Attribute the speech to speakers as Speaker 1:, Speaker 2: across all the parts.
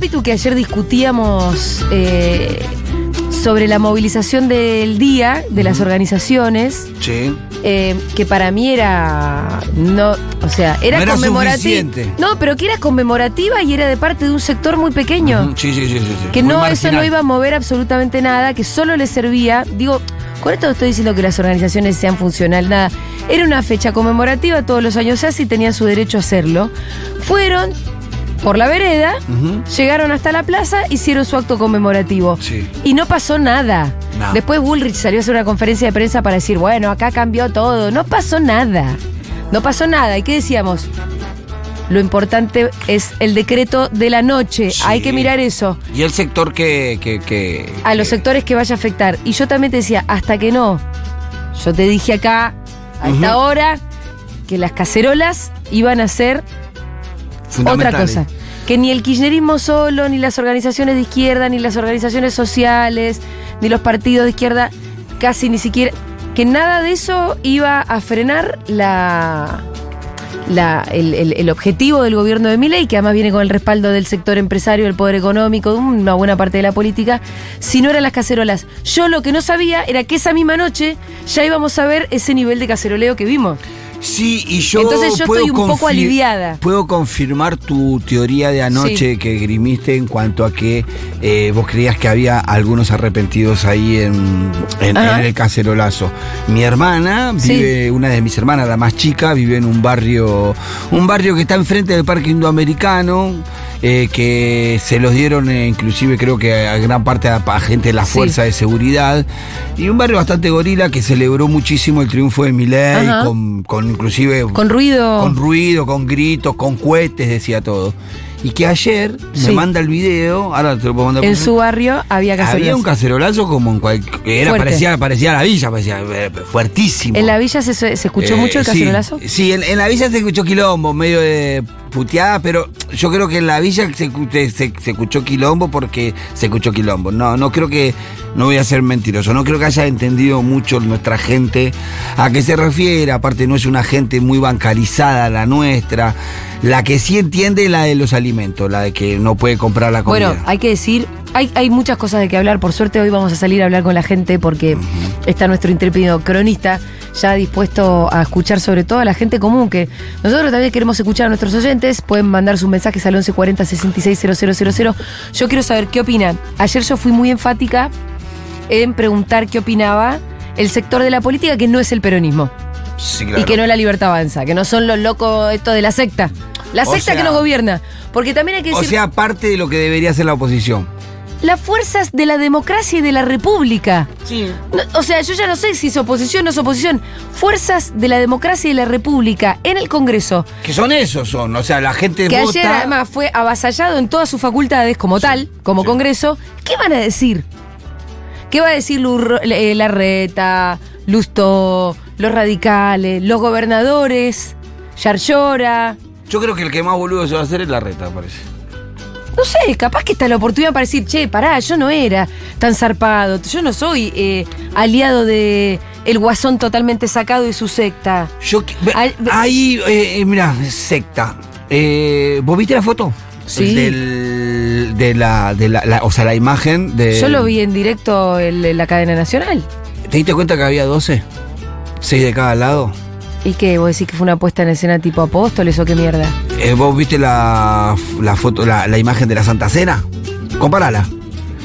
Speaker 1: Pitu, que ayer discutíamos eh, sobre la movilización del día de las organizaciones,
Speaker 2: Sí.
Speaker 1: eh, que para mí era. No, o sea, era,
Speaker 2: No era
Speaker 1: conmemorativa.
Speaker 2: suficiente.
Speaker 1: No, pero que era conmemorativa y era de parte de un sector muy pequeño.
Speaker 2: Ujú, Mm, Sí, sí, sí, sí, sí.
Speaker 1: Que
Speaker 2: Muy
Speaker 1: no, eso
Speaker 2: marginal.
Speaker 1: no iba a mover absolutamente nada, que solo le servía. Digo, con esto no estoy diciendo que las organizaciones sean funcional, nada. Era una fecha conmemorativa, todos los años se hace y tenían su derecho a hacerlo. Fueron por la vereda,
Speaker 2: Ujú.
Speaker 1: llegaron hasta la plaza, hicieron su acto conmemorativo.
Speaker 2: Sí.
Speaker 1: Y no pasó nada.
Speaker 2: No.
Speaker 1: Después Bullrich salió a hacer una conferencia de prensa para decir, bueno, acá cambió todo. No pasó nada. No pasó nada. ¿Y qué decíamos? Lo importante es el decreto de la noche.
Speaker 2: Sí.
Speaker 1: Hay que mirar eso.
Speaker 2: Y el sector que. que, que-
Speaker 1: A los
Speaker 2: que-
Speaker 1: sectores que vaya a afectar. Y yo también te decía, hasta que no. Yo te dije acá, a esta hora, que las cacerolas iban a ser otra
Speaker 2: fundamentales.
Speaker 1: cosa. Que ni el kirchnerismo solo, ni las organizaciones de izquierda, ni las organizaciones sociales, ni los partidos de izquierda, casi ni siquiera. Que nada de eso iba a frenar la. la- el, el- el objetivo del gobierno de Milei, que además viene con el respaldo del sector empresario, del poder económico, de una buena parte de la política, si no eran las cacerolas. Yo lo que no sabía era que esa misma noche ya íbamos a ver ese nivel de caceroleo que vimos.
Speaker 2: Sí, y yo.
Speaker 1: Entonces yo
Speaker 2: puedo
Speaker 1: estoy un poco
Speaker 2: confi-
Speaker 1: aliviada.
Speaker 2: Puedo confirmar tu teoría de anoche que grimiste en cuanto a que eh, vos creías que había algunos arrepentidos ahí en, en-
Speaker 1: Ajá.
Speaker 2: en el cacerolazo. Mi hermana
Speaker 1: Sí.
Speaker 2: vive, una de mis hermanas, la más chica, vive en un barrio, un barrio que está enfrente del Parque Indoamericano. eh, que se los dieron eh, inclusive creo que a gran parte a, a gente de la
Speaker 1: Sí.
Speaker 2: fuerza de seguridad y un barrio bastante gorila que celebró muchísimo el triunfo de Milei
Speaker 1: Ajá.
Speaker 2: con, con inclusive
Speaker 1: Con ruido.
Speaker 2: con ruido, con gritos, con cohetes, decía todo. Y que ayer
Speaker 1: Sí.
Speaker 2: me manda el video, ahora te lo puedo mandar.
Speaker 1: en
Speaker 2: por-
Speaker 1: su barrio había cacerolas.
Speaker 2: Había un cacerolazo como en cualquier... Era,
Speaker 1: Fuerte.
Speaker 2: parecía, parecía la villa, parecía eh, fuertísimo.
Speaker 1: ¿En la villa se, se escuchó
Speaker 2: Eh,
Speaker 1: mucho el
Speaker 2: sí.
Speaker 1: cacerolazo?
Speaker 2: Sí, en, en la villa se escuchó quilombo, medio de puteada, pero yo creo que en la villa se, escu- se- se- se escuchó quilombo porque se escuchó quilombo. No, no creo que, no voy a ser mentiroso, no creo que haya entendido mucho nuestra gente a qué se refiere, aparte no es una gente muy bancarizada la nuestra. La que sí entiende es la de los alimentos, la de que no puede comprar la comida.
Speaker 1: Bueno, hay que decir, hay, hay muchas cosas de que hablar. Por suerte hoy vamos a salir a hablar con la gente porque está nuestro intrépido cronista ya dispuesto a escuchar sobre todo a la gente común, que nosotros también queremos escuchar a nuestros oyentes. Pueden mandar sus mensajes al 1140 660000. Yo quiero saber qué opinan. Ayer yo fui muy enfática en preguntar qué opinaba el sector de la política que no es el peronismo
Speaker 2: Sí, claro.
Speaker 1: y que no es la libertad avanza, que no son los locos estos de la secta. La
Speaker 2: O
Speaker 1: secta
Speaker 2: sea-
Speaker 1: que nos gobierna. Porque también hay que
Speaker 2: o
Speaker 1: decir
Speaker 2: sea, parte de lo que debería ser la oposición.
Speaker 1: las fuerzas de la democracia y de la república. No, o sea, yo ya no sé si es oposición o no es oposición. Fuerzas de la democracia y la república en el Congreso,
Speaker 2: Que son esos, son. O sea, la gente
Speaker 1: que
Speaker 2: vota...
Speaker 1: ayer además fue avasallado en todas sus facultades como tal, como
Speaker 2: sí.
Speaker 1: Congreso, ¿qué van a decir? ¿Qué va a decir Lur- eh, Larreta, Lustó, los radicales, los gobernadores, Yarlora?
Speaker 2: Yo creo que el que más boludo se va a hacer es la reta, parece.
Speaker 1: No sé, capaz que está la oportunidad para decir, che, pará, yo no era tan zarpado, yo no soy eh, aliado de el guasón totalmente sacado y su secta.
Speaker 2: Yo que- ve-
Speaker 1: Al- ve-
Speaker 2: ahí, mira, secta. Eh, ¿Vos viste la foto?
Speaker 1: Sí.
Speaker 2: Del- de la, de la, la- o sea, la imagen de.
Speaker 1: Yo lo vi en directo en, la cadena nacional.
Speaker 2: ¿Te diste cuenta que había 12? 6 de cada lado.
Speaker 1: ¿Y qué? ¿Vos decís que fue una puesta en escena tipo apóstoles o qué mierda?
Speaker 2: Eh, ¿Vos viste la, la foto, la, la imagen de la Santa Cena? Comparala.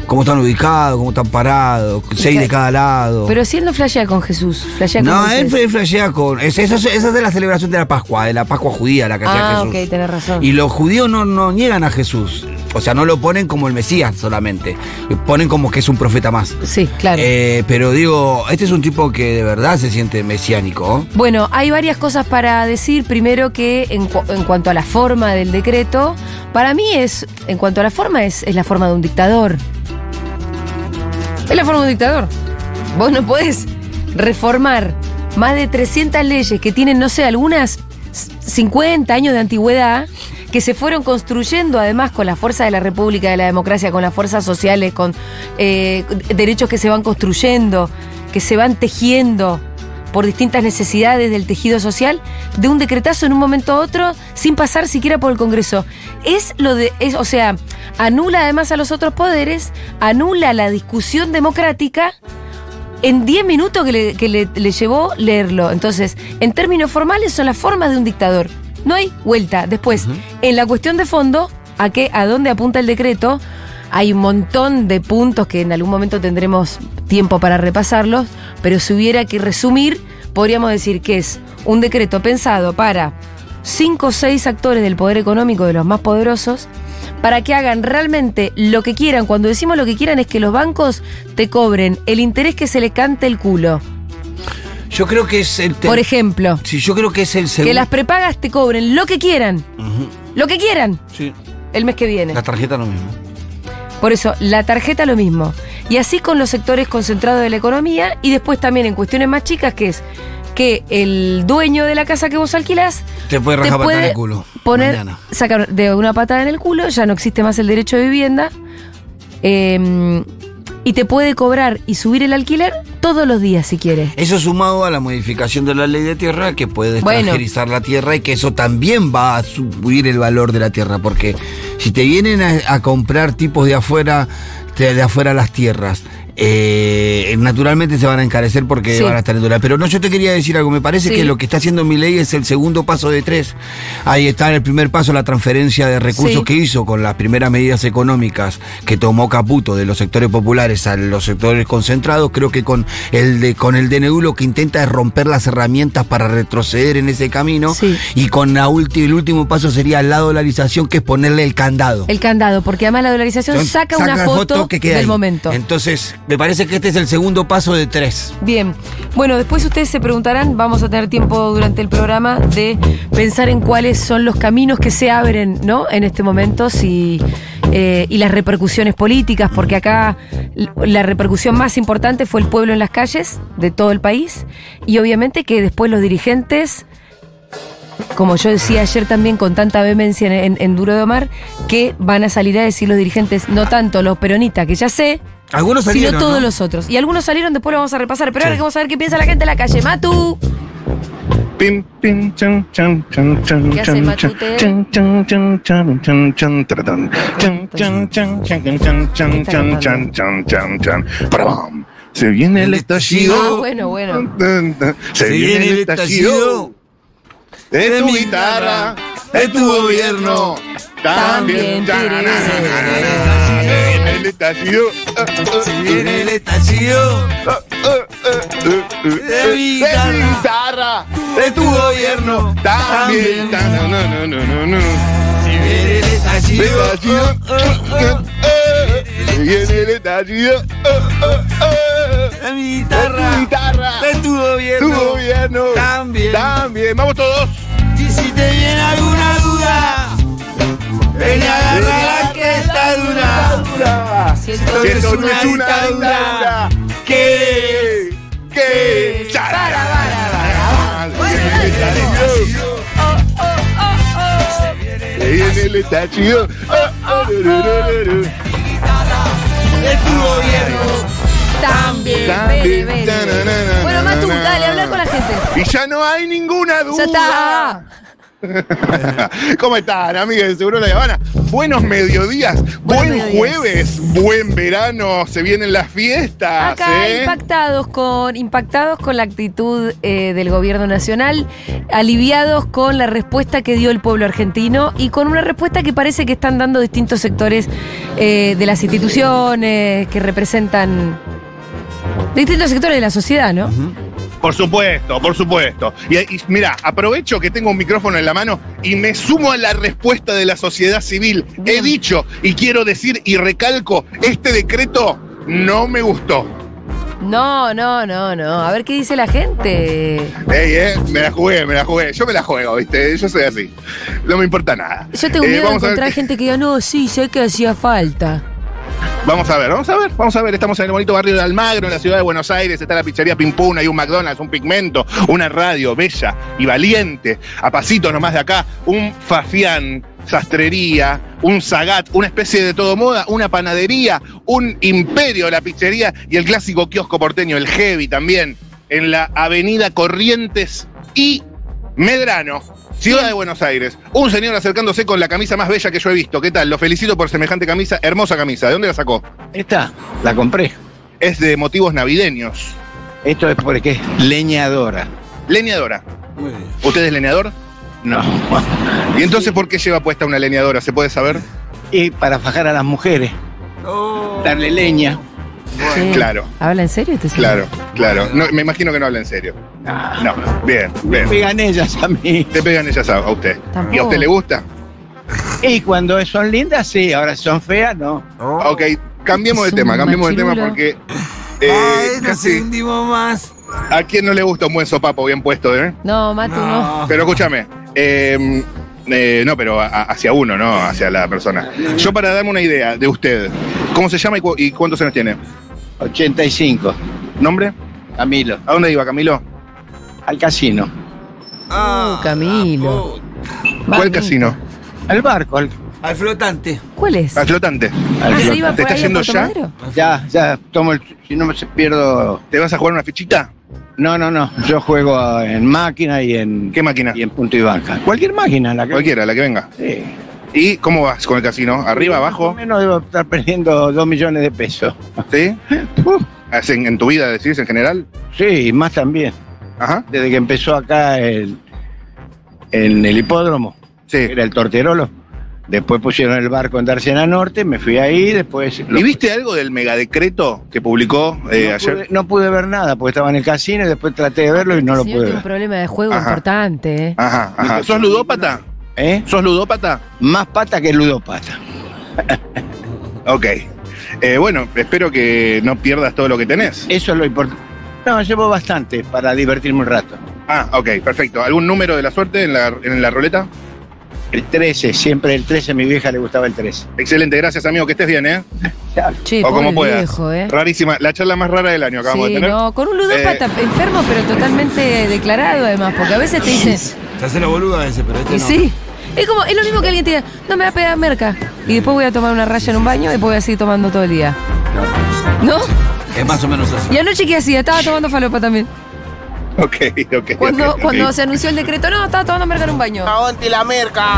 Speaker 2: ¿Cómo están ubicados? ¿Cómo están parados? 6 de cada lado.
Speaker 1: Pero si él no flashea con Jesús, flashea con
Speaker 2: no, él
Speaker 1: Moisés.
Speaker 2: fue- flashea con. es- eso es- Esa es de la celebración de la Pascua, de la Pascua judía, la que hacía
Speaker 1: Ah,
Speaker 2: Jesús.
Speaker 1: ok, tenés razón.
Speaker 2: Y los judíos no, no niegan a Jesús. O sea, no lo ponen como el Mesías solamente. Ponen como que es un profeta más.
Speaker 1: Sí, claro.
Speaker 2: Eh, pero digo, este es un tipo que de verdad se siente mesiánico. ¿oh?
Speaker 1: Bueno, hay varias cosas para decir. Primero que en, cu- en cuanto a la forma del decreto, para mí es, en cuanto a la forma, es, es la forma de un dictador. Es la forma de un dictador. Vos no podés reformar más de 300 leyes que tienen, no sé, algunas 50 años de antigüedad, que se fueron construyendo además con la fuerza de la República, de la democracia, con las fuerzas sociales, con eh, derechos que se van construyendo, que se van tejiendo por distintas necesidades del tejido social, de un decretazo en un momento a otro, sin pasar siquiera por el Congreso. Es lo de, es, o sea, anula además a los otros poderes, anula la discusión democrática en 10 minutos que, le, que le- le llevó leerlo. Entonces, en términos formales son las formas de un dictador. No hay vuelta. Después, en la cuestión de fondo, ¿a, qué, ¿a dónde apunta el decreto? Hay un montón de puntos que en algún momento tendremos tiempo para repasarlos, pero si hubiera que resumir, podríamos decir que es un decreto pensado para cinco o seis actores del poder económico de los más poderosos para que hagan realmente lo que quieran. Cuando decimos lo que quieran es que los bancos te cobren el interés que se le cante el culo.
Speaker 2: Yo creo que es el te-
Speaker 1: Por ejemplo,
Speaker 2: Sí, yo creo que es el segundo.
Speaker 1: que las prepagas te cobren lo que quieran,
Speaker 2: Ujú,
Speaker 1: lo que quieran
Speaker 2: sí.
Speaker 1: el mes que viene.
Speaker 2: La tarjeta lo mismo.
Speaker 1: Por eso, la tarjeta lo mismo. Y así con los sectores concentrados de la economía y después también en cuestiones más chicas que es que el dueño de la casa que vos alquilás
Speaker 2: Te puede rajar
Speaker 1: te
Speaker 2: patada en
Speaker 1: puede
Speaker 2: el culo.
Speaker 1: poner
Speaker 2: Mañana.
Speaker 1: sacar de una patada en el culo, ya no existe más el derecho de vivienda eh, y te puede cobrar y subir el alquiler todos los días si quieres.
Speaker 2: Eso sumado a la modificación de la ley de tierra que puede
Speaker 1: Bueno.
Speaker 2: extranjerizar la tierra y que eso también va a subir el valor de la tierra. Porque si te vienen a, a comprar tipos de afuera, de, de afuera las tierras, eh, naturalmente se van a encarecer porque
Speaker 1: Sí.
Speaker 2: van a estar en dólares. Pero no, yo te quería decir algo. Me parece
Speaker 1: Sí.
Speaker 2: que lo que está haciendo mi ley es el segundo paso de tres. Ahí está el primer paso, la transferencia de recursos
Speaker 1: Sí.
Speaker 2: que hizo con las primeras medidas económicas que tomó Caputo de los sectores populares a los sectores concentrados, creo que con el de, con el DNU lo que intenta es romper las herramientas para retroceder en ese camino
Speaker 1: Sí.
Speaker 2: y con la ulti- el último paso sería la dolarización que es ponerle el candado.
Speaker 1: El candado, porque además la dolarización
Speaker 2: Entonces,
Speaker 1: saca, una
Speaker 2: la
Speaker 1: foto,
Speaker 2: queda ahí.
Speaker 1: del momento.
Speaker 2: Entonces, me parece que este es el segundo paso de tres.
Speaker 1: Bien, bueno, después ustedes se preguntarán, vamos a tener tiempo durante el programa de pensar en cuáles son los caminos que se abren, ¿no? En este momento, si, eh, y las repercusiones políticas, porque acá l- la repercusión más importante fue el pueblo en las calles de todo el país, y obviamente que después los dirigentes como yo decía ayer también con tanta vehemencia en, en- en Duro de Omar, que van a salir a decir los dirigentes, no tanto los peronistas, que ya sé,
Speaker 2: Algunos salieron,
Speaker 1: sino todos
Speaker 2: ¿no?
Speaker 1: los otros. Y algunos salieron, después lo vamos a repasar, pero
Speaker 2: Sí.
Speaker 1: ahora que vamos a ver qué piensa la gente en la calle. Matu,
Speaker 3: Pim, pim, chan, chan, chan, chan,
Speaker 1: ¿Qué hace
Speaker 3: chan,
Speaker 1: Matute?
Speaker 3: chan, chan, chan, chan, chan, chan, taratán, chan, chan, chan, chan, chan, chan, chan, chan, chan, chan, chan, chan, parabam. Se viene el
Speaker 1: Ah,
Speaker 3: estallido.
Speaker 1: bueno, bueno.
Speaker 3: Se viene el estallido de tu guitarra, de tu gobierno.
Speaker 1: También,
Speaker 3: También.
Speaker 1: tere,
Speaker 3: Se viene el estallido.
Speaker 2: Se viene el estallido
Speaker 3: De mi guitarra.
Speaker 2: de tu gobierno.
Speaker 3: También. tan, no, no, no, no, no.
Speaker 2: Se viene el estallido.
Speaker 3: Viene el estallido. Viene el estallido.
Speaker 2: de mi
Speaker 3: Tu
Speaker 2: guitarra.
Speaker 3: guitarra.
Speaker 2: de tu
Speaker 3: Tu
Speaker 2: gobierno.
Speaker 3: gobierno.
Speaker 2: También.
Speaker 3: También. Vamos todos.
Speaker 2: Y si te viene alguna duda, ven a agarrar la que está dura.
Speaker 1: Siento-
Speaker 2: Siento-
Speaker 3: Esto
Speaker 2: es
Speaker 3: no
Speaker 2: una
Speaker 3: es una
Speaker 2: dictadura.
Speaker 3: dictadura.
Speaker 2: ¿Qué
Speaker 3: ¿Qué? Para, para, Viene el estallido.
Speaker 2: es tu gobierno?
Speaker 1: También,
Speaker 3: También,
Speaker 1: vere, vere.
Speaker 3: tananana.
Speaker 1: Bueno, Matu, dale, habla con la gente.
Speaker 3: Y ya no hay ninguna
Speaker 1: Ya
Speaker 3: duda.
Speaker 1: está.
Speaker 3: ¿Cómo están, amigos de Seguro La Habana? Buenos mediodías, buen
Speaker 1: mediodías.
Speaker 3: jueves, buen verano, se vienen las fiestas.
Speaker 1: Acá
Speaker 3: ¿eh?
Speaker 1: impactados con impactados con la actitud eh, del gobierno nacional, aliviados con la respuesta que dio el pueblo argentino y con una respuesta que parece que están dando distintos sectores eh, de las instituciones que representan distintos sectores de la sociedad, ¿no?
Speaker 3: Por supuesto, por supuesto. Y, y mira, aprovecho que tengo un micrófono en la mano y me sumo a la respuesta de la sociedad civil.
Speaker 1: Bien.
Speaker 3: He dicho y quiero decir y recalco, este decreto no me gustó.
Speaker 1: No, no, no, no. A ver qué dice la gente.
Speaker 3: Ey, eh, me la jugué, me la jugué. Yo me la juego, ¿viste? Yo soy así. No me importa nada.
Speaker 1: Yo tengo
Speaker 3: Eh,
Speaker 1: miedo de
Speaker 3: vamos a ver
Speaker 1: encontrar
Speaker 3: qué-
Speaker 1: gente que diga, no, sí, sé que hacía falta.
Speaker 3: Vamos a ver, vamos a ver, vamos a ver. Estamos en el bonito barrio de Almagro, en la ciudad de Buenos Aires. Está la pizzería Pimpuna, hay un McDonald's, un pigmento, una radio bella y valiente. A pasitos nomás de acá, un fafián, sastrería, un zagat, una especie de todo moda, una panadería, un imperio, la pizzería y el clásico kiosco porteño, el heavy también. en la avenida Corrientes y Medrano. Ciudad de Buenos Aires. Un señor acercándose con la camisa más bella que yo he visto. ¿Qué tal? Lo felicito por semejante camisa. Hermosa camisa. ¿De dónde la sacó?
Speaker 4: Esta la compré.
Speaker 3: Es de motivos navideños.
Speaker 4: Esto es porque es leñadora.
Speaker 3: Leñadora.
Speaker 2: Muy bien.
Speaker 3: ¿Usted es leñador?
Speaker 4: No.
Speaker 3: ¿Y entonces por qué lleva puesta una leñadora? ¿Se puede saber?
Speaker 4: Y para fajar a las mujeres, darle leña.
Speaker 1: Sí.
Speaker 3: Claro,
Speaker 1: ¿Habla en serio este señor?
Speaker 3: claro, claro. No, me imagino que no habla en serio.
Speaker 4: Ah,
Speaker 3: No, bien,
Speaker 4: me
Speaker 3: bien.
Speaker 4: pegan ellas a mí.
Speaker 3: Te pegan ellas a, a usted.
Speaker 1: Tampoco.
Speaker 3: ¿Y a usted le gusta?
Speaker 4: Y cuando son lindas, sí. Ahora si son feas, no.
Speaker 2: Oh.
Speaker 3: Ok, cambiemos de
Speaker 1: Es un
Speaker 3: tema, cambiemos de tema
Speaker 1: machirulo. Ah,
Speaker 3: porque.
Speaker 2: Ay,
Speaker 3: Eh,
Speaker 2: nos
Speaker 3: casi,
Speaker 2: hundimos más.
Speaker 3: ¿A quién no le gusta un buen sopapo bien puesto, eh?
Speaker 1: No, Matu, no.
Speaker 3: Pero escúchame, eh, eh, no, pero a- hacia uno, no hacia la persona. Yo para darme una idea de usted, ¿cómo se llama y, cu- y cuántos años tiene?
Speaker 4: 85,
Speaker 3: ¿Nombre?
Speaker 4: Camilo.
Speaker 3: ¿A dónde iba, Camilo?
Speaker 4: Al casino.
Speaker 2: Ah,
Speaker 1: Uh, Camilo.
Speaker 3: ¿Cuál
Speaker 1: Mamita.
Speaker 3: casino?
Speaker 4: Al barco. Al,
Speaker 2: Al flotante.
Speaker 1: ¿Cuál es?
Speaker 3: Al flotante.
Speaker 4: al
Speaker 1: Ah,
Speaker 4: flotante.
Speaker 1: ¿se iba por
Speaker 3: ¿Te está
Speaker 1: ahí a
Speaker 3: yendo
Speaker 1: Puerto
Speaker 3: ya?
Speaker 1: Madero?
Speaker 4: Ya, ya, tomo el. Si no me se- pierdo.
Speaker 3: ¿Te vas a jugar una fichita?
Speaker 4: No, no, no. Yo juego en máquina y en,
Speaker 3: ¿Qué máquina?
Speaker 4: y en punto y banca. Cualquier máquina, la que.
Speaker 3: Cualquiera, la que venga.
Speaker 4: Sí.
Speaker 3: ¿Y cómo vas con el casino? ¿Arriba,
Speaker 4: Más o
Speaker 3: abajo?
Speaker 4: menos debo estar perdiendo 2 millones de pesos.
Speaker 3: ¿Sí?
Speaker 4: Uh,
Speaker 3: ¿Así ¿En, en tu vida decís en general?
Speaker 4: sí, y más también.
Speaker 3: Ajá.
Speaker 4: Desde que empezó acá el, en el hipódromo,
Speaker 3: Sí.
Speaker 4: que era el torterolo. Después pusieron el barco en Darcena Norte, me fui ahí, después.
Speaker 3: ¿Y viste algo del megadecreto que publicó eh,
Speaker 4: no,
Speaker 3: ayer?
Speaker 4: pude, no pude ver nada porque estaba en el casino y después traté de verlo y no lo
Speaker 1: Señor,
Speaker 4: pude
Speaker 1: tiene un
Speaker 4: ver.
Speaker 1: problema de juego
Speaker 3: Ajá. Ah,
Speaker 1: importante, ¿eh?
Speaker 3: Ajá, ajá. ¿Sos ludópata?
Speaker 4: ¿Eh?
Speaker 3: ¿Sos ludópata?
Speaker 4: Más pata que ludopata.
Speaker 3: Ok. Eh, bueno, espero que no pierdas todo lo que tenés.
Speaker 4: Eso es lo importante. No, llevo bastante para divertirme un rato.
Speaker 3: Ah, ok, perfecto. ¿Algún número de la suerte en la, en la ruleta?
Speaker 4: El 13, siempre el 13, a mi vieja le gustaba el 13.
Speaker 3: Excelente, gracias amigo, que estés bien, ¿eh?
Speaker 1: Che,
Speaker 3: O
Speaker 1: pobre
Speaker 3: como puedas.
Speaker 1: viejo, ¿eh?
Speaker 3: Rarísima, la charla más rara del año acabamos
Speaker 1: sí,
Speaker 3: de tener. Eh,
Speaker 1: no, con un ludópata enfermo, pero totalmente declarado además, porque a veces te dicen,
Speaker 2: Se hace la boluda a veces, pero este
Speaker 1: y
Speaker 2: no.
Speaker 1: sí, es como, es lo mismo que alguien te diga, no me va a pegar merca, y después voy a tomar una raya en un baño y después voy a seguir tomando todo el día. ¿No?
Speaker 2: Es más o menos así.
Speaker 1: Y anoche, ¿qué hacía? Estaba tomando falopa también.
Speaker 3: Ok, ok.
Speaker 1: Cuando,
Speaker 3: ok, ok.
Speaker 1: cuando se anunció el decreto, no, estaba tomando merca en un baño.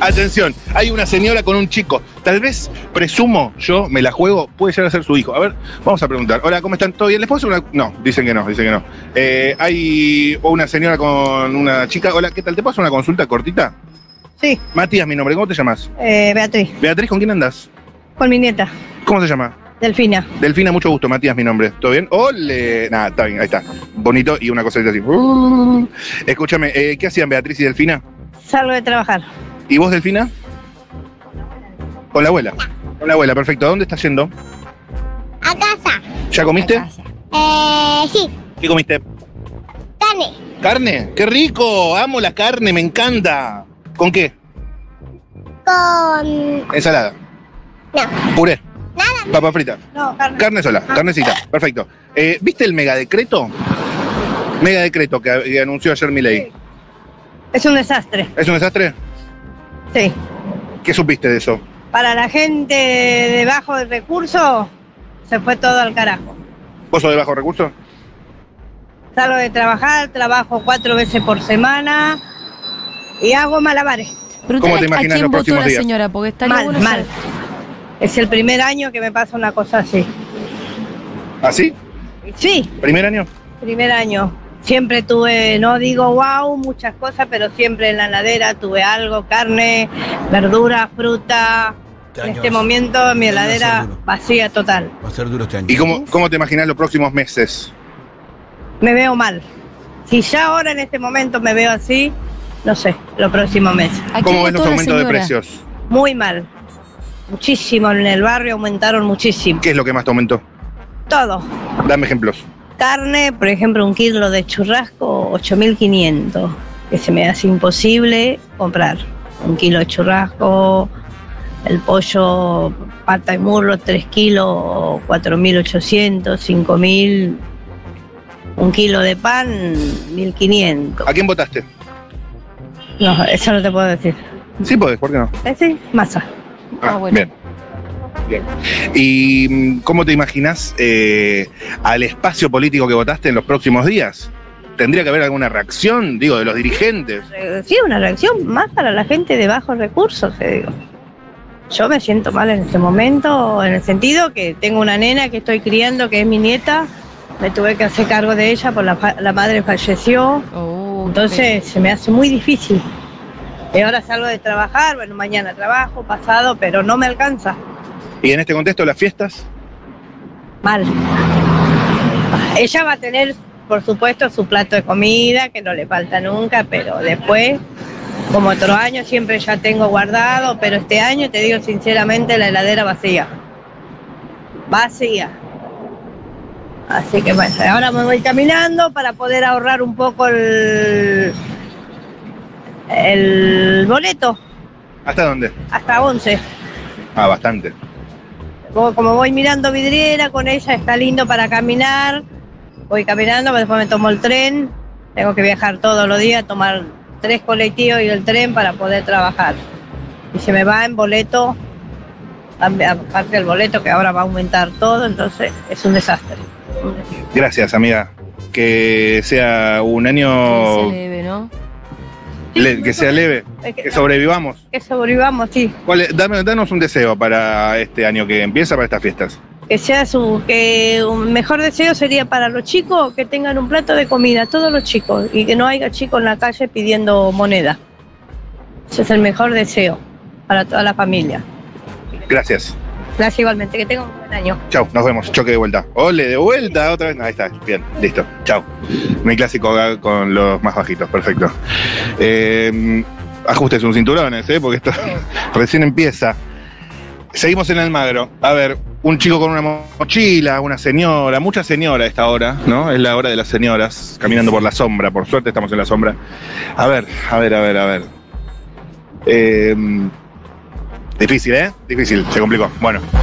Speaker 3: Atención, hay una señora con un chico. Tal vez, presumo, yo me la juego, puede llegar a ser su hijo. A ver, vamos a preguntar. Hola, ¿cómo están? ¿Todo bien? ¿Les puedo hacer una.? No, dicen que no, dicen que no. Eh, hay una señora con una chica. Hola, ¿qué tal? ¿Te puedo hacer una consulta cortita?
Speaker 5: Sí,
Speaker 3: Matías, mi nombre, ¿cómo te llamas?
Speaker 5: eh, Beatriz,
Speaker 3: Beatriz, ¿con quién andas?
Speaker 5: con mi nieta,
Speaker 3: ¿Cómo se llama?
Speaker 5: Delfina.
Speaker 3: Delfina, mucho gusto, Matías, mi nombre. ¿Todo bien? ¡Ole! Nada, está bien, ahí está. Bonito y una cosita así. Uh. Escúchame, eh, ¿qué hacían Beatriz y Delfina?
Speaker 5: Salgo de trabajar.
Speaker 3: ¿Y vos, Delfina? Con la abuela. Con la abuela, perfecto. ¿A dónde estás yendo?
Speaker 6: A casa.
Speaker 3: ¿Ya comiste?
Speaker 6: Eh, sí,
Speaker 3: ¿Qué comiste?
Speaker 6: carne.
Speaker 3: ¿Carne? ¡Qué rico! Amo la carne, me encanta. ¿Con qué?
Speaker 6: Con.
Speaker 3: Ensalada.
Speaker 6: No,
Speaker 3: Puré. Papa frita.
Speaker 5: No, Carmen.
Speaker 3: Carne sola, carnecita. Perfecto. Eh, ¿Viste el megadecreto? Megadecreto que, que anunció ayer Milei.
Speaker 5: Es un desastre,
Speaker 3: ¿Es un desastre?
Speaker 5: sí.
Speaker 3: ¿Qué supiste de eso?
Speaker 5: Para la gente de bajo recurso, se fue todo al carajo.
Speaker 3: ¿Vos sos de bajo recurso?
Speaker 5: Salgo de trabajar, trabajo cuatro veces por semana y hago malabares.
Speaker 3: ¿Cómo
Speaker 1: Preguntale
Speaker 3: te
Speaker 1: a
Speaker 3: imaginas
Speaker 1: quién
Speaker 3: los
Speaker 1: votó
Speaker 3: próximos
Speaker 1: la
Speaker 3: días?
Speaker 1: señora, porque estaría
Speaker 5: Mal,
Speaker 1: bueno
Speaker 5: mal.
Speaker 1: saber.
Speaker 5: Es el primer año que me pasa una cosa así.
Speaker 3: ¿Ah, sí?
Speaker 5: Sí,
Speaker 3: ¿Primer año?
Speaker 5: primer año. Siempre tuve, no digo wow, muchas cosas, pero siempre en la ladera tuve algo, carne, verdura, fruta.
Speaker 2: Este
Speaker 5: En
Speaker 2: año
Speaker 5: este
Speaker 2: va a ser-
Speaker 5: momento
Speaker 2: Este año va a
Speaker 5: mi
Speaker 2: ser
Speaker 5: heladera
Speaker 2: duro.
Speaker 5: vacía total.
Speaker 2: Va a ser duro este año.
Speaker 3: ¿Y cómo, cómo te imaginas los próximos meses?
Speaker 5: Me veo mal. Si ya ahora en este momento me veo así, no sé, los próximos meses.
Speaker 1: ¿A quién
Speaker 3: ¿Cómo ves los
Speaker 1: votó la
Speaker 3: aumentos de
Speaker 1: señora?
Speaker 3: precios?
Speaker 5: Muy mal. Muchísimo en el barrio, aumentaron muchísimo.
Speaker 3: ¿Qué es lo que más te aumentó?
Speaker 5: Todo.
Speaker 3: Dame ejemplos.
Speaker 5: Carne, por ejemplo, un kilo de churrasco, 8.500, que se me hace imposible comprar. Un kilo de churrasco, el pollo, pata y muslo, 3 kilos, 4.800, 5.000. Un kilo de pan, 1.500.
Speaker 3: ¿A quién votaste?
Speaker 5: No, eso no te puedo decir.
Speaker 3: Sí podés, ¿por qué no?
Speaker 5: ¿Eh? Sí, masa.
Speaker 1: Ah, bueno.
Speaker 3: Bien. Bien. ¿Y mm, cómo te imaginas eh, al espacio político que votaste en los próximos días? ¿Tendría que haber alguna reacción, digo, de los dirigentes?
Speaker 5: Eh, Sí, una reacción más para la gente de bajos recursos, te digo. Yo me siento mal en este momento, en el sentido que tengo una nena que estoy criando, que es mi nieta, me tuve que hacer cargo de ella, por la, fa- la madre falleció,
Speaker 1: Oh, qué
Speaker 5: entonces se me hace muy difícil. Y ahora salgo de trabajar, bueno, mañana trabajo, pasado, pero no me alcanza.
Speaker 3: Y en este contexto, las fiestas.
Speaker 5: Mal. Ella va a tener, por supuesto, su plato de comida, que no le falta nunca, pero después, como otro año, siempre ya tengo guardado, pero este año, te digo sinceramente, la heladera vacía. Vacía. Así que bueno, ahora me voy caminando para poder ahorrar un poco el, el boleto
Speaker 3: ¿Hasta dónde?
Speaker 5: hasta 11.
Speaker 3: Ah, bastante.
Speaker 5: Como, como voy mirando vidriera con ella, está lindo para caminar. Voy caminando, pero después me tomo el tren. Tengo que viajar todos los días, tomar tres colectivos y el tren para poder trabajar. Y se me va en boleto, también, aparte del boleto que ahora va a aumentar todo, entonces es un desastre.
Speaker 3: Gracias, amiga. Que sea un año
Speaker 1: se leve, ¿no?
Speaker 3: le- que sea leve,
Speaker 5: Es que-
Speaker 3: que sobrevivamos.
Speaker 5: que sobrevivamos, sí.
Speaker 3: ¿Cuál es? Dame- danos un deseo para este año que empieza, para estas fiestas.
Speaker 5: que sea su que un mejor deseo sería para los chicos que tengan un plato de comida todos los chicos y que no haya chicos en la calle pidiendo moneda ese es el mejor deseo para toda la familia
Speaker 3: Gracias.
Speaker 5: gracias igualmente que tengan un buen año
Speaker 3: Chau, nos vemos. Choque de vuelta. Ole, de vuelta otra vez. Ahí está. Bien, listo. Chau. Mi clásico ga- con los más bajitos. Perfecto. Eh, ajuste sus cinturones, ¿eh? porque esto recién empieza. Seguimos en Almagro. A ver, un chico con una mo- mochila, una señora, mucha señora a esta hora, ¿no? Es la hora de las señoras, caminando por la sombra. Por suerte estamos en la sombra. A ver, a ver, a ver, a ver. Eh, difícil, ¿eh? Difícil, se complicó. Bueno.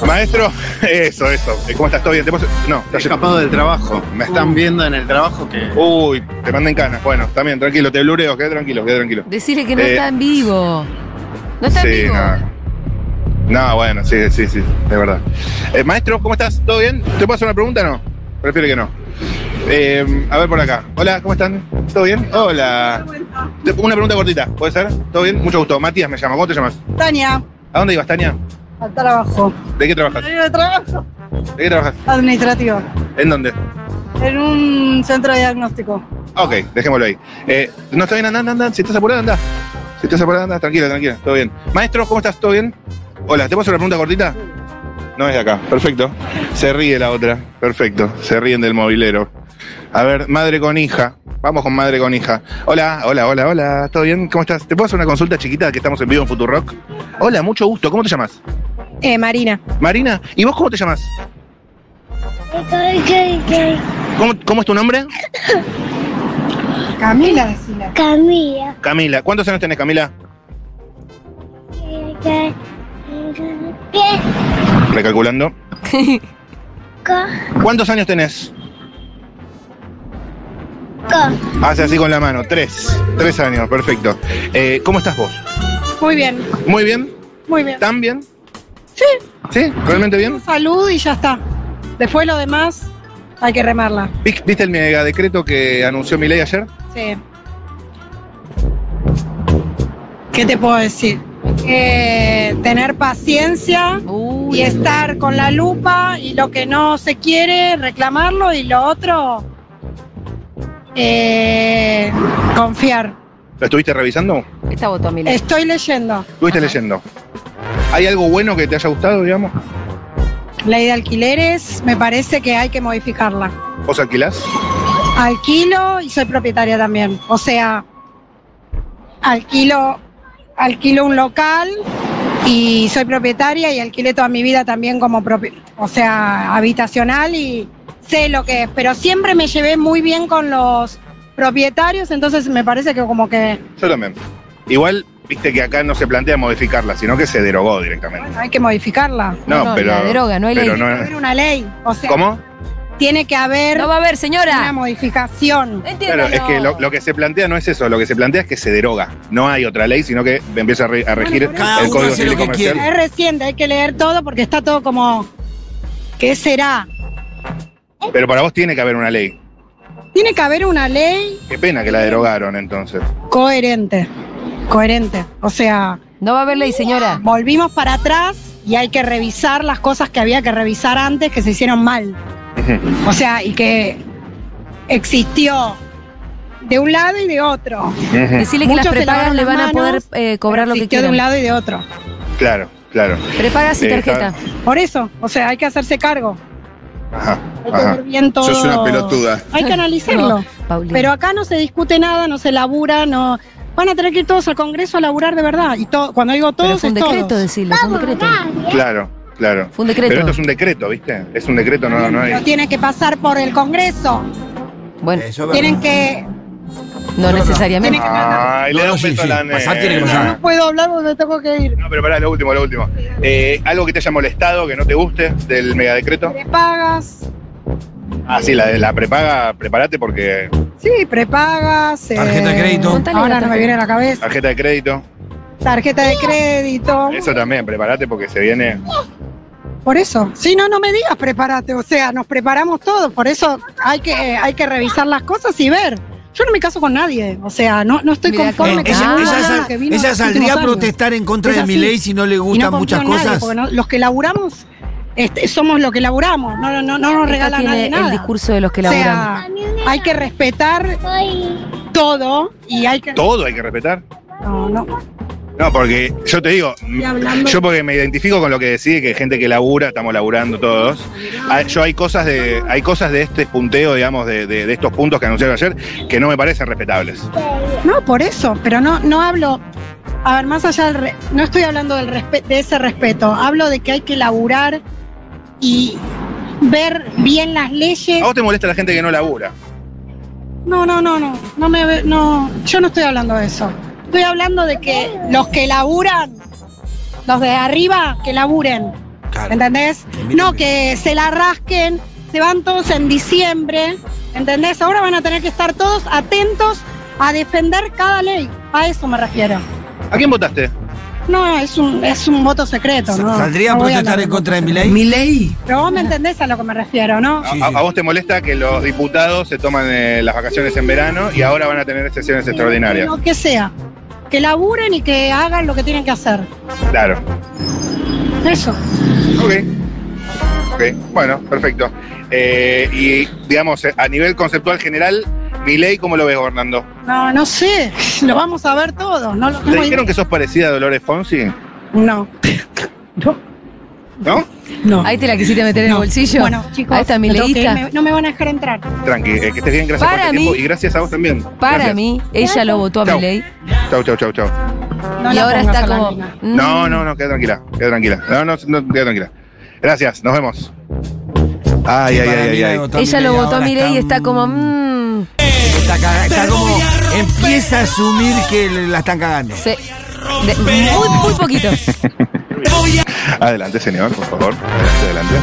Speaker 4: Bueno,
Speaker 3: Maestro, eso, eso. Eh, ¿Cómo estás? ¿Todo bien? ¿Te pasa- No,
Speaker 4: he
Speaker 3: estás
Speaker 4: escapado del trabajo. Me están viendo en el trabajo que.
Speaker 3: Uy, te manden canas. Bueno, está bien, tranquilo, te blureo, quédate tranquilo, quédate tranquilo.
Speaker 1: Decirle que no
Speaker 3: Eh,
Speaker 1: está en vivo. No está en vivo.
Speaker 3: nada. No, bueno, sí, sí, sí, de verdad. Eh, maestro, ¿cómo estás? ¿Todo bien? ¿Te puedo hacer una pregunta? No, prefiero que no. Eh, a ver por acá. Hola, ¿cómo están? ¿Todo bien? Hola. Te- Una pregunta cortita, ¿puede ser? ¿Todo bien? Mucho gusto. Matías me llama, ¿cómo te llamas?
Speaker 7: Tania,
Speaker 3: ¿A dónde ibas, Tania?
Speaker 7: al trabajo.
Speaker 3: ¿De qué trabajas?
Speaker 7: Horario de trabajo
Speaker 3: ¿De qué trabajas?
Speaker 7: administrativo,
Speaker 3: ¿En dónde?
Speaker 7: en un centro de diagnóstico.
Speaker 3: Ah, Ok, dejémoslo ahí. Eh, no está bien, anda, anda, anda. Si estás apurado, anda. Si estás apurado, anda. Tranquila, tranquila. Todo bien. Maestro, ¿cómo estás? ¿Todo bien? Hola, ¿te puedo hacer una pregunta cortita? No es de acá. Perfecto. Se ríe la otra. Perfecto. Se ríen del mobilero. A ver, madre con hija. Vamos con madre con hija. Hola, hola, hola, hola. ¿Todo bien? ¿Cómo estás? ¿Te puedo hacer una consulta chiquita que estamos en vivo en Futurock? Hola, mucho gusto. ¿Cómo te llamas?
Speaker 7: Marina.
Speaker 3: Marina. ¿Y vos cómo te llamas? ¿Cómo, cómo es tu nombre?
Speaker 7: Camila, decila.
Speaker 6: Camila.
Speaker 3: Camila. ¿Cuántos años tenés, Camila?
Speaker 6: ¿Qué? ¿Qué?
Speaker 3: Recalculando.
Speaker 6: Co.
Speaker 3: ¿Cuántos años tenés?
Speaker 6: Co.
Speaker 3: Hace así con la mano, tres, tres años, perfecto. Eh, ¿Cómo estás vos?
Speaker 7: Muy bien,
Speaker 3: ¿Muy bien?
Speaker 7: muy bien.
Speaker 3: ¿Tan bien? Sí. ¿Sí? ¿Realmente bien?
Speaker 7: Salud y ya está. Después lo demás, hay que remarla.
Speaker 3: ¿Vis- ¿Viste el mega decreto que anunció mi ley ayer?
Speaker 7: Sí. ¿Qué te puedo decir? Eh, tener paciencia
Speaker 1: Uy,
Speaker 7: y estar con la lupa y lo que no se quiere, reclamarlo y lo otro, eh, confiar.
Speaker 3: ¿Lo estuviste revisando?
Speaker 1: esta votó a Milei.
Speaker 7: Estoy leyendo.
Speaker 3: ¿Estuviste
Speaker 1: Ajá.
Speaker 3: leyendo? ¿Hay algo bueno que te haya gustado, digamos?
Speaker 7: Ley de alquileres, me parece que hay que modificarla.
Speaker 3: ¿Vos alquilás?
Speaker 7: Alquilo y soy propietaria también. O sea, alquilo, alquilo un local y soy propietaria y alquilé toda mi vida también como propi- o sea, habitacional y sé lo que es. Pero siempre me llevé muy bien con los propietarios, entonces me parece que como que
Speaker 3: Yo también. Igual, viste que acá no se plantea modificarla, sino que se derogó directamente.
Speaker 7: hay que modificarla.
Speaker 3: No,
Speaker 1: No, no,
Speaker 3: pero.
Speaker 1: la droga, no hay
Speaker 3: pero
Speaker 1: ley.
Speaker 7: Debe haber una ley. O sea,
Speaker 3: ¿Cómo?
Speaker 7: tiene que haber
Speaker 1: No va a haber,
Speaker 7: una
Speaker 1: señora.
Speaker 7: modificación.
Speaker 3: Claro,
Speaker 1: Entiéndalo.
Speaker 3: es que lo, lo que se plantea no es eso, lo que se plantea es que se deroga. No hay otra ley, sino que empieza a, re- a regir
Speaker 7: por eso. Cada
Speaker 3: el
Speaker 7: uno
Speaker 3: Código
Speaker 2: hace
Speaker 3: Civil
Speaker 2: lo que
Speaker 3: Comercial.
Speaker 2: quiere.
Speaker 7: Es reciente, hay que leer todo porque está todo como. ¿Qué será?
Speaker 3: Pero para vos tiene que haber una ley.
Speaker 7: Tiene que haber una ley
Speaker 3: Qué pena que la derogaron entonces.
Speaker 7: coherente. Coherente. O sea,
Speaker 1: No va a haber ley, señora.
Speaker 7: volvimos para atrás y hay que revisar las cosas que había que revisar antes que se hicieron mal. O sea, y que existió de un lado y de otro.
Speaker 1: Decirle que las
Speaker 7: Muchos se
Speaker 1: prepagas
Speaker 7: lavaron
Speaker 1: le
Speaker 7: las
Speaker 1: van a poder
Speaker 7: manos,
Speaker 1: eh, cobrar lo que
Speaker 7: existió de un
Speaker 1: quieran.
Speaker 7: lado y de otro.
Speaker 3: Claro, claro.
Speaker 1: Prepagas y
Speaker 3: Eh,
Speaker 1: tarjeta.
Speaker 7: Por eso, o sea, hay que hacerse cargo.
Speaker 3: Ajá,
Speaker 7: Hay que
Speaker 3: ajá.
Speaker 7: ver bien todo.
Speaker 3: Sos una pelotuda.
Speaker 7: Hay que analizarlo.
Speaker 1: Paulina.
Speaker 7: Pero acá no se discute nada, no se labura, no. Van a tener que ir todos al Congreso a laburar de verdad. Y todo, cuando digo
Speaker 1: Pero
Speaker 7: todos,
Speaker 1: fue un
Speaker 7: es
Speaker 1: decreto,
Speaker 7: todos.
Speaker 1: decirlo, fue un decreto.
Speaker 3: Claro, claro.
Speaker 1: Fue un
Speaker 3: Pero esto
Speaker 1: decreto.
Speaker 3: es un decreto, ¿viste? Es un decreto, no, no hay.
Speaker 7: Pero tiene que pasar por el Congreso.
Speaker 1: Bueno,
Speaker 2: Eso es
Speaker 7: Tienen
Speaker 2: verdad.
Speaker 7: que.
Speaker 1: no
Speaker 7: tiene
Speaker 1: necesariamente. Ah.
Speaker 7: que pasar.
Speaker 3: Ay,
Speaker 2: No,
Speaker 3: le da
Speaker 2: no,
Speaker 3: un
Speaker 2: sí,
Speaker 3: beso
Speaker 2: sí.
Speaker 3: a la
Speaker 2: Pasar tiene que
Speaker 3: nena.
Speaker 2: pasar.
Speaker 7: No puedo hablar porque tengo que ir.
Speaker 3: No, pero pará, lo último, lo último. Eh, ¿Algo que te haya molestado, que no te guste del megadecreto?
Speaker 7: Prepagas.
Speaker 3: Ah, sí, la, de la prepaga, prepárate porque
Speaker 7: Sí, prepagas. eh,
Speaker 2: Tarjeta de crédito.
Speaker 1: Contale la
Speaker 7: Ahora no
Speaker 1: tarjeta.
Speaker 7: me viene a la cabeza.
Speaker 3: tarjeta de crédito.
Speaker 7: Tarjeta de crédito.
Speaker 3: Eso también, prepárate porque se viene.
Speaker 7: Por eso. Si no, no me digas prepárate. O sea, nos preparamos todos. Por eso hay que, eh, hay que revisar las cosas y ver. Yo no me caso con nadie. O sea, no, no estoy
Speaker 1: Mira,
Speaker 7: conforme
Speaker 1: eh,
Speaker 7: con
Speaker 1: ella-
Speaker 7: nada
Speaker 1: ella
Speaker 7: de
Speaker 1: sal-
Speaker 7: lo que vino
Speaker 2: ella
Speaker 7: los
Speaker 2: saldría a
Speaker 7: últimos años.
Speaker 2: protestar en contra
Speaker 7: Es
Speaker 2: de
Speaker 7: así.
Speaker 2: mi ley si no le
Speaker 7: Y no
Speaker 2: gustan
Speaker 7: confío
Speaker 2: muchas
Speaker 7: en nadie,
Speaker 2: cosas.
Speaker 7: porque no- los que laburamos este, somos los que laburamos. No, no, no, no nos
Speaker 1: Esto
Speaker 7: regala
Speaker 1: tiene
Speaker 7: nadie nada.
Speaker 1: el discurso de los que
Speaker 7: o
Speaker 1: laburan.
Speaker 7: sea, hay que respetar
Speaker 6: Soy.
Speaker 7: todo y hay que.
Speaker 3: Todo hay que respetar.
Speaker 7: No, no.
Speaker 3: No, porque yo te digo,
Speaker 7: Estoy hablando.
Speaker 3: yo porque me identifico con lo que decís, que hay gente que labura, estamos laburando todos. Ah, Yo hay cosas de, hay cosas de este punteo, digamos, de, de- de estos puntos que anunciaron ayer, que no me parecen respetables.
Speaker 7: No, por eso, pero no, no hablo. A ver, más allá del. re- no estoy hablando del respe- de ese respeto. Hablo de que hay que laburar y ver bien las leyes.
Speaker 3: ¿A vos te molesta la gente que no labura?
Speaker 7: No, no, no, no. No me ve- no. Yo no estoy hablando de eso. Estoy hablando de que los que laburan, los de arriba, que laburen.
Speaker 2: Claro.
Speaker 7: ¿Entendés?
Speaker 2: miren
Speaker 7: No,
Speaker 2: bien.
Speaker 7: que se la rasquen, se van todos en diciembre, ¿entendés? Ahora van a tener que estar todos atentos a defender cada ley. A eso me refiero.
Speaker 3: ¿A quién votaste?
Speaker 7: No, es un, es un voto secreto,
Speaker 2: Sa-
Speaker 7: ¿no?
Speaker 2: ¿Saldría
Speaker 7: No
Speaker 2: a
Speaker 7: voy a
Speaker 2: protestar
Speaker 7: hablar
Speaker 2: en
Speaker 7: de
Speaker 2: contra de
Speaker 7: voto
Speaker 2: mi
Speaker 7: secreto.
Speaker 2: ley?
Speaker 7: Pero vos me entendés a lo que me refiero, ¿no?
Speaker 3: A,
Speaker 2: Sí,
Speaker 3: a-
Speaker 2: sí.
Speaker 3: a vos te molesta que los diputados se toman eh, las vacaciones en verano y ahora van a tener sesiones extraordinarias?
Speaker 7: Lo que sea. Que laburen y que hagan lo que tienen que hacer.
Speaker 3: Claro.
Speaker 7: Eso.
Speaker 3: Ok. Ok, bueno, perfecto. Eh, y digamos, eh, a nivel conceptual general, mi ley, ¿cómo lo ves, Hernando?
Speaker 7: No, no sé. Lo vamos a ver todos. No lo
Speaker 3: ¿Te
Speaker 7: tengo
Speaker 3: dijeron que
Speaker 7: idea.
Speaker 3: sos parecida a Dolores Fonsi?
Speaker 7: No.
Speaker 3: ¿No?
Speaker 7: No.
Speaker 1: Ahí te la quisiste meter en el
Speaker 7: No.
Speaker 1: bolsillo.
Speaker 7: Bueno, chicos,
Speaker 1: Ahí está mi
Speaker 7: me tengo que ir,
Speaker 1: leísta.
Speaker 7: me- no me van a dejar entrar.
Speaker 3: Tranqui, eh, que estés bien, gracias
Speaker 1: Para
Speaker 3: por este tiempo
Speaker 1: mí-
Speaker 3: y gracias a vos también.
Speaker 1: Para
Speaker 3: Gracias.
Speaker 1: mí, ella lo votó a
Speaker 3: Chau.
Speaker 1: mi ley.
Speaker 3: Chau, chau, chau, chau.
Speaker 7: No
Speaker 1: y
Speaker 7: la
Speaker 1: ahora
Speaker 7: pongas
Speaker 1: está
Speaker 7: a la
Speaker 1: como.
Speaker 7: mina.
Speaker 1: mm,
Speaker 3: No, no, no, queda tranquila, queda tranquila. No, no, no, queda tranquila. Gracias, nos vemos. Ay, ay,
Speaker 2: Para mí
Speaker 3: ay, ay,
Speaker 2: la
Speaker 3: ay.
Speaker 2: votó
Speaker 1: Ella
Speaker 2: Milei,
Speaker 1: lo votó a
Speaker 2: ahora
Speaker 1: mi ley y está como.
Speaker 2: mm,
Speaker 1: mm,
Speaker 2: Está, caga- está como. Empieza a asumir que le- la están cagando.
Speaker 1: se- de- muy, muy poquito.
Speaker 3: Adelante, señor, por favor. Adelante, adelante.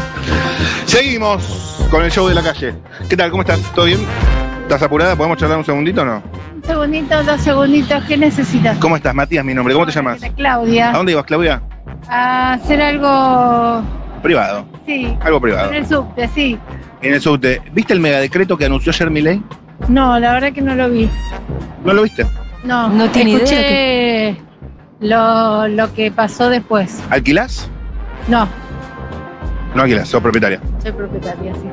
Speaker 3: Seguimos con el show de la calle. ¿Qué tal? ¿Cómo estás? ¿Todo bien? ¿Estás apurada? ¿Podemos charlar un segundito o no?
Speaker 8: Un segundito, dos segunditos, ¿qué necesitas?
Speaker 3: ¿Cómo estás, Matías, mi nombre? ¿Cómo te llamas? ¿A
Speaker 8: Claudia.
Speaker 3: dónde ibas, Claudia?
Speaker 8: A hacer algo,
Speaker 3: Privado,
Speaker 8: sí,
Speaker 3: algo privado.
Speaker 8: en el subte, sí.
Speaker 3: En el subte. ¿Viste el megadecreto que anunció ayer Milei?
Speaker 8: No, la verdad que no lo vi.
Speaker 3: ¿No lo viste?
Speaker 8: No,
Speaker 1: No tiene idea
Speaker 8: escuché Lo, lo que pasó después.
Speaker 3: ¿Alquilás?
Speaker 8: No,
Speaker 3: No alquilás, sos propietaria.
Speaker 8: soy propietaria, sí.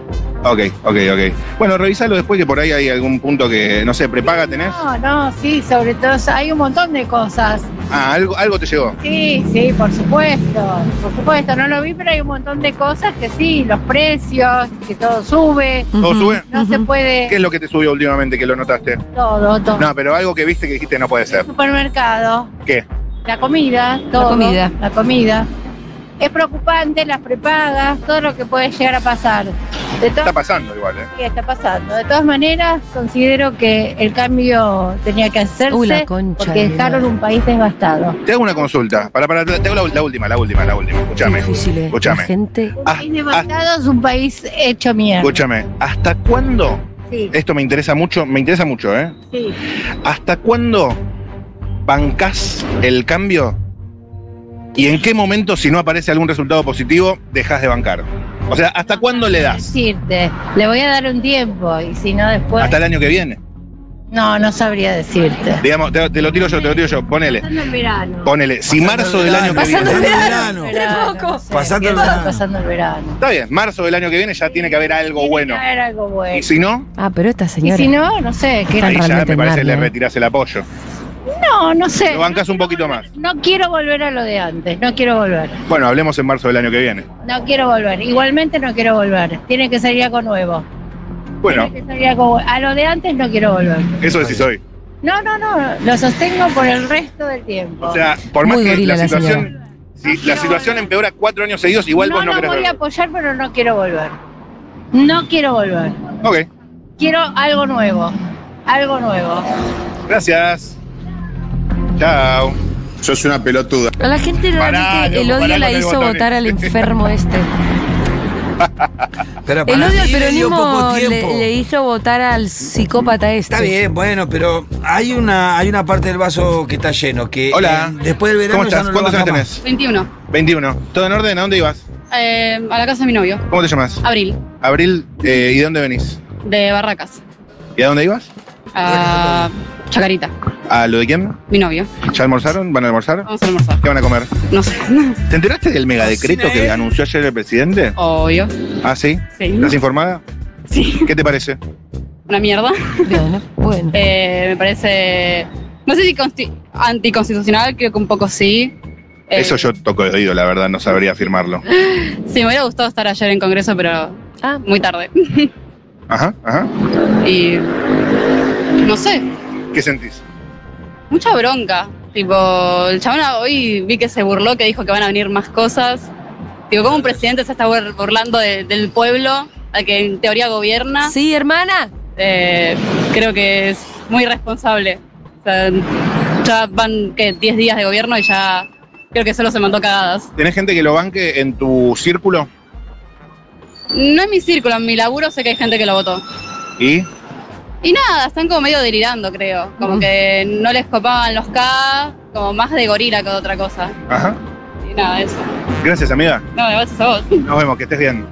Speaker 3: Ok, ok, ok. Bueno, revisalo después que por ahí hay algún punto que, no sé, prepaga tenés.
Speaker 8: No, no, sí, sobre todo hay un montón de cosas.
Speaker 3: Ah, algo, algo te llegó.
Speaker 8: Sí, sí, por supuesto, por supuesto, no lo vi, pero hay un montón de cosas que sí, los precios, que todo sube,
Speaker 3: ¿Todo
Speaker 1: Ujú.
Speaker 3: sube?
Speaker 8: no se
Speaker 1: Ujú.
Speaker 8: puede
Speaker 3: ¿Qué es lo que te subió últimamente que lo notaste?
Speaker 8: todo, todo.
Speaker 3: No, pero algo que viste que dijiste no puede ser.
Speaker 8: Supermercado.
Speaker 3: ¿Qué?
Speaker 8: La comida, todo.
Speaker 1: comida.
Speaker 8: La comida. Es preocupante las prepagas, todo lo que puede llegar a pasar. De todas
Speaker 3: Está pasando igual, ¿eh?
Speaker 8: Sí, está pasando. De todas maneras, considero que el cambio tenía que hacerse
Speaker 1: Uy, la concha
Speaker 8: porque
Speaker 1: de mi
Speaker 8: dejaron
Speaker 1: madre.
Speaker 8: un país devastado.
Speaker 3: Te hago una consulta. Para, para, te hago la, la última, la última, la última. Escúchame.
Speaker 1: Difícil, eh. La
Speaker 3: Escúchame.
Speaker 1: gente.
Speaker 8: Un
Speaker 3: Ah,
Speaker 8: país devastado es un país hecho mierda.
Speaker 3: Escúchame. ¿Hasta cuándo?
Speaker 8: Sí,
Speaker 3: Esto me interesa mucho, me interesa mucho, ¿eh?
Speaker 8: sí.
Speaker 3: ¿Hasta cuándo bancás el cambio? ¿Y en qué momento, si no aparece algún resultado positivo, dejas de bancar? O sea, ¿hasta cuándo le das?
Speaker 8: Decirte, le voy a dar un tiempo y si no después...
Speaker 3: ¿Hasta el año que viene?
Speaker 8: No, no sabría decirte.
Speaker 3: Digamos, te, te lo tiro yo, te lo tiro yo. Ponele,
Speaker 8: Pasando el verano.
Speaker 3: ponele. Si marzo del año que
Speaker 1: Pasando el
Speaker 3: viene.
Speaker 1: verano.
Speaker 8: Verano,
Speaker 1: Tampoco.
Speaker 8: no sé,
Speaker 2: Pasando el
Speaker 8: pienso
Speaker 2: verano.
Speaker 8: Pasando el verano.
Speaker 3: Está bien, marzo del año que viene ya tiene que haber algo
Speaker 8: Tiene
Speaker 3: bueno.
Speaker 8: que haber algo bueno.
Speaker 3: Y si no,
Speaker 1: Ah, pero esta
Speaker 8: Y
Speaker 1: señora.
Speaker 8: si no, no sé. ¿qué?
Speaker 1: Están
Speaker 3: ahí ya
Speaker 1: realmente
Speaker 3: me
Speaker 1: en
Speaker 3: parece le
Speaker 1: Narnia.
Speaker 3: retirás el apoyo.
Speaker 8: No, no sé.
Speaker 3: Lo bancas un poquito más.
Speaker 8: No quiero volver a lo de antes, no quiero volver.
Speaker 3: Bueno, hablemos en marzo del año que viene.
Speaker 8: No quiero volver. Igualmente no quiero volver. Tiene que salir algo nuevo.
Speaker 3: Bueno,
Speaker 8: Tiene que salir algo- A lo de antes no quiero volver.
Speaker 3: eso decís hoy.
Speaker 8: No, no, no. Lo sostengo por el resto del tiempo.
Speaker 3: O sea, por más
Speaker 1: Muy
Speaker 3: que
Speaker 1: gorila
Speaker 3: la
Speaker 1: la
Speaker 3: situación, si la situación empeora cuatro años seguidos, igual
Speaker 8: no
Speaker 3: vos no
Speaker 8: lo
Speaker 3: querés
Speaker 8: voy a
Speaker 3: verlo.
Speaker 8: apoyar, pero no quiero volver. No quiero volver.
Speaker 3: Ok,
Speaker 8: Quiero algo nuevo. Algo nuevo.
Speaker 3: gracias. Chao.
Speaker 9: Sos una pelotuda.
Speaker 1: A la gente
Speaker 3: Pará,
Speaker 1: realmente el
Speaker 3: loco,
Speaker 1: odio
Speaker 3: pará
Speaker 1: la
Speaker 3: con el
Speaker 1: hizo
Speaker 3: botón.
Speaker 1: votar al enfermo este.
Speaker 2: Pero para
Speaker 1: El odio al
Speaker 2: mí le dio
Speaker 1: peronismo
Speaker 2: poco
Speaker 1: le,
Speaker 2: tiempo.
Speaker 1: le hizo votar al psicópata este.
Speaker 2: Está bien, bueno, pero hay una, hay una parte del vaso que está lleno. Que,
Speaker 3: Hola.
Speaker 2: eh, después del verano
Speaker 3: ¿Cómo estás?
Speaker 2: ya no lo
Speaker 3: ¿Cuántos años
Speaker 2: banca
Speaker 3: tenés?
Speaker 10: 21.
Speaker 3: 21. ¿Todo en orden? ¿A dónde ibas?
Speaker 10: Eh, a la casa de mi novio.
Speaker 3: ¿Cómo te llamas?
Speaker 10: Abril,
Speaker 3: Abril, eh, ¿y de dónde venís?
Speaker 10: de Barracas.
Speaker 3: ¿Y a dónde ibas?
Speaker 10: A Chacarita,
Speaker 3: ¿A lo de quién?
Speaker 10: mi novio.
Speaker 3: ¿Ya almorzaron? ¿Van a almorzar?
Speaker 10: Vamos a almorzar.
Speaker 3: ¿Qué van a comer?
Speaker 10: No sé.
Speaker 3: ¿Te enteraste del megadecreto que anunció ayer el presidente?
Speaker 10: Obvio.
Speaker 3: Ah, sí.
Speaker 10: Sí.
Speaker 3: ¿Estás informada?
Speaker 10: Sí.
Speaker 3: ¿Qué te parece?
Speaker 10: Una mierda.
Speaker 1: Bien, ¿eh? bueno.
Speaker 10: Eh, me parece. No sé si consti- anticonstitucional, creo que un poco sí. Eh,
Speaker 3: Eso yo toco de oído, la verdad, no sabría afirmarlo.
Speaker 10: Sí, me hubiera gustado estar ayer en Congreso, pero
Speaker 1: Ah,
Speaker 10: muy tarde.
Speaker 3: Ajá, ajá.
Speaker 10: Y. No sé,
Speaker 3: ¿Qué sentís?
Speaker 10: mucha bronca. Tipo, el chabón hoy vi que se burló, que dijo que van a venir más cosas. Digo, ¿cómo un presidente se está bur- burlando de- del pueblo al que en teoría gobierna?
Speaker 1: sí, hermana.
Speaker 10: Eh, creo que es muy responsable. O sea, ya van, ¿qué? 10 días de gobierno y ya creo que solo se mandó cagadas.
Speaker 3: ¿Tenés gente que lo banque en tu círculo?
Speaker 10: No en mi círculo, en mi laburo sé que hay gente que lo votó.
Speaker 3: ¿Y?
Speaker 10: Y nada, están como medio delirando, creo. Como
Speaker 1: Mm.
Speaker 10: que no les copaban los K, como más de gorila que de otra cosa.
Speaker 3: Ajá.
Speaker 10: Y nada, eso.
Speaker 3: Gracias, amiga.
Speaker 10: No, gracias a vos.
Speaker 3: Nos vemos, que estés bien.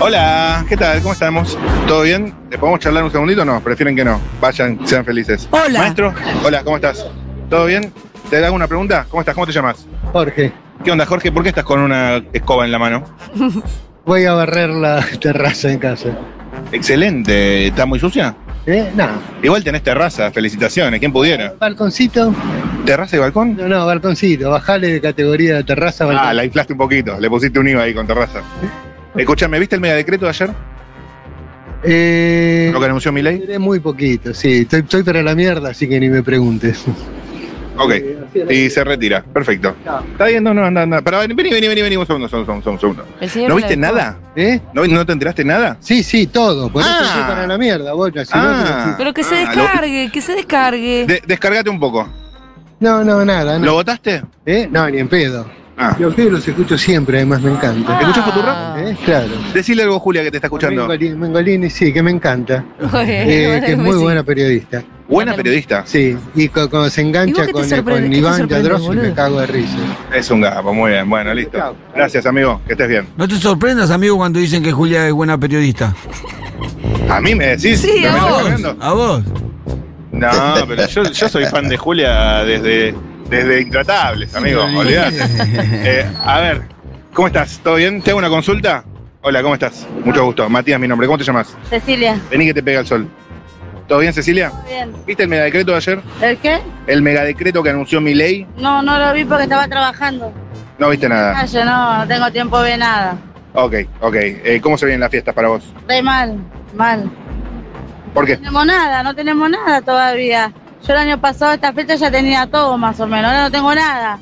Speaker 3: Hola, ¿qué tal? ¿Cómo estamos? ¿Todo bien? ¿Le podemos charlar un segundito? No, prefieren que no. Vayan, sean felices.
Speaker 1: Hola.
Speaker 3: Maestro, hola, ¿cómo estás? ¿Todo bien? ¿Te hago una pregunta? ¿Cómo estás? ¿Cómo te llamas?
Speaker 11: Jorge,
Speaker 3: ¿Qué onda, Jorge? ¿Por qué estás con una escoba en la mano?
Speaker 11: voy a barrer la terraza en casa.
Speaker 3: Excelente. ¿Está muy sucia?
Speaker 11: ¿Eh? Nada.
Speaker 3: Igual tenés terraza, felicitaciones, quien pudiera.
Speaker 11: ¿Balconcito?
Speaker 3: ¿Terraza y balcón?
Speaker 11: No, no, balconcito. Bajale de categoría de terraza. a balcón.
Speaker 3: Ah, la inflaste un poquito, le pusiste un IVA ahí con terraza. Escuchame, ¿viste el megadecreto de ayer?
Speaker 11: Eh,
Speaker 3: Lo que anunció mi ley.
Speaker 11: miré muy poquito, sí. Estoy, estoy para la mierda, así que ni me preguntes.
Speaker 3: Ok.
Speaker 11: Eh, así es la-
Speaker 3: Y se retira, perfecto.
Speaker 11: Chao.
Speaker 3: Está bien, no, no, anda, anda. Pero vení, vení, vení, vení, un segundo, un segundo, un segundo.
Speaker 1: El señor
Speaker 3: ¿No
Speaker 1: me la
Speaker 3: viste
Speaker 1: dejó.
Speaker 3: nada?
Speaker 11: ¿Eh?
Speaker 3: ¿No, no te enteraste nada?
Speaker 11: Sí, sí, todo. Por
Speaker 3: Ah.
Speaker 11: eso estoy para la mierda, bueno, si no,
Speaker 3: Ah.
Speaker 1: Pero que se
Speaker 3: Ah, lo-
Speaker 1: descargue, que se descargue.
Speaker 3: De- descargate un poco.
Speaker 11: No, no, nada.
Speaker 3: ¿Lo
Speaker 11: No.
Speaker 3: votaste?
Speaker 11: ¿Eh? No, ni en pedo.
Speaker 3: Ah.
Speaker 11: Y a ustedes los escucho siempre, además me encanta.
Speaker 3: ¿Escuchás
Speaker 1: Ah.
Speaker 11: ¿Eh? Claro.
Speaker 3: Decile algo, Julia, que te está escuchando.
Speaker 11: Mengolini, Mengolini, sí, que me encanta.
Speaker 1: Muy bien,
Speaker 11: Eh,
Speaker 1: bueno,
Speaker 11: que es
Speaker 1: pues
Speaker 11: muy
Speaker 1: sí.
Speaker 11: buena periodista.
Speaker 3: Buena periodista.
Speaker 11: Sí, y cu- cuando se
Speaker 1: ¿Y vos
Speaker 11: engancha
Speaker 1: qué te
Speaker 11: con,
Speaker 1: sorprende-
Speaker 11: con
Speaker 1: qué te
Speaker 11: Iván
Speaker 1: sorprende,
Speaker 11: Yadrossi
Speaker 1: boludo?
Speaker 11: me cago de risa.
Speaker 3: Es un gapo, muy bien. Bueno, listo.
Speaker 11: Chao.
Speaker 3: Gracias, amigo, que estés bien.
Speaker 2: No te sorprendas, amigo, cuando dicen que Julia es buena periodista.
Speaker 3: A mí me decís.
Speaker 1: Sí,
Speaker 3: ¿Me
Speaker 1: a
Speaker 3: estás
Speaker 1: vos.
Speaker 3: cargando?
Speaker 2: A vos.
Speaker 3: No, pero yo, yo soy fan de Julia desde, desde Intratables, amigo. Olvidate. Eh, a ver, ¿cómo estás? ¿Todo bien? ¿Te hago una consulta? Hola, ¿cómo estás? Mucho gusto. Matías, mi nombre. ¿Cómo te llamas?
Speaker 8: Cecilia,
Speaker 3: Vení que te pega el sol. ¿Todo bien, Cecilia?
Speaker 8: ¿todo bien?
Speaker 3: ¿Viste el megadecreto de ayer?
Speaker 8: ¿El qué?
Speaker 3: El megadecreto que anunció mi ley.
Speaker 8: No, no lo vi porque estaba trabajando.
Speaker 3: No viste
Speaker 1: Ah.
Speaker 3: nada.
Speaker 8: Calle, no, no tengo tiempo de nada.
Speaker 3: Ok, ok. Eh, ¿Cómo se vienen las fiestas para vos?
Speaker 8: Re mal, mal.
Speaker 3: ¿Por
Speaker 8: No
Speaker 3: qué?
Speaker 8: tenemos nada, no tenemos nada todavía. Yo el año pasado, esta fecha ya tenía todo más o menos, ahora no tengo nada.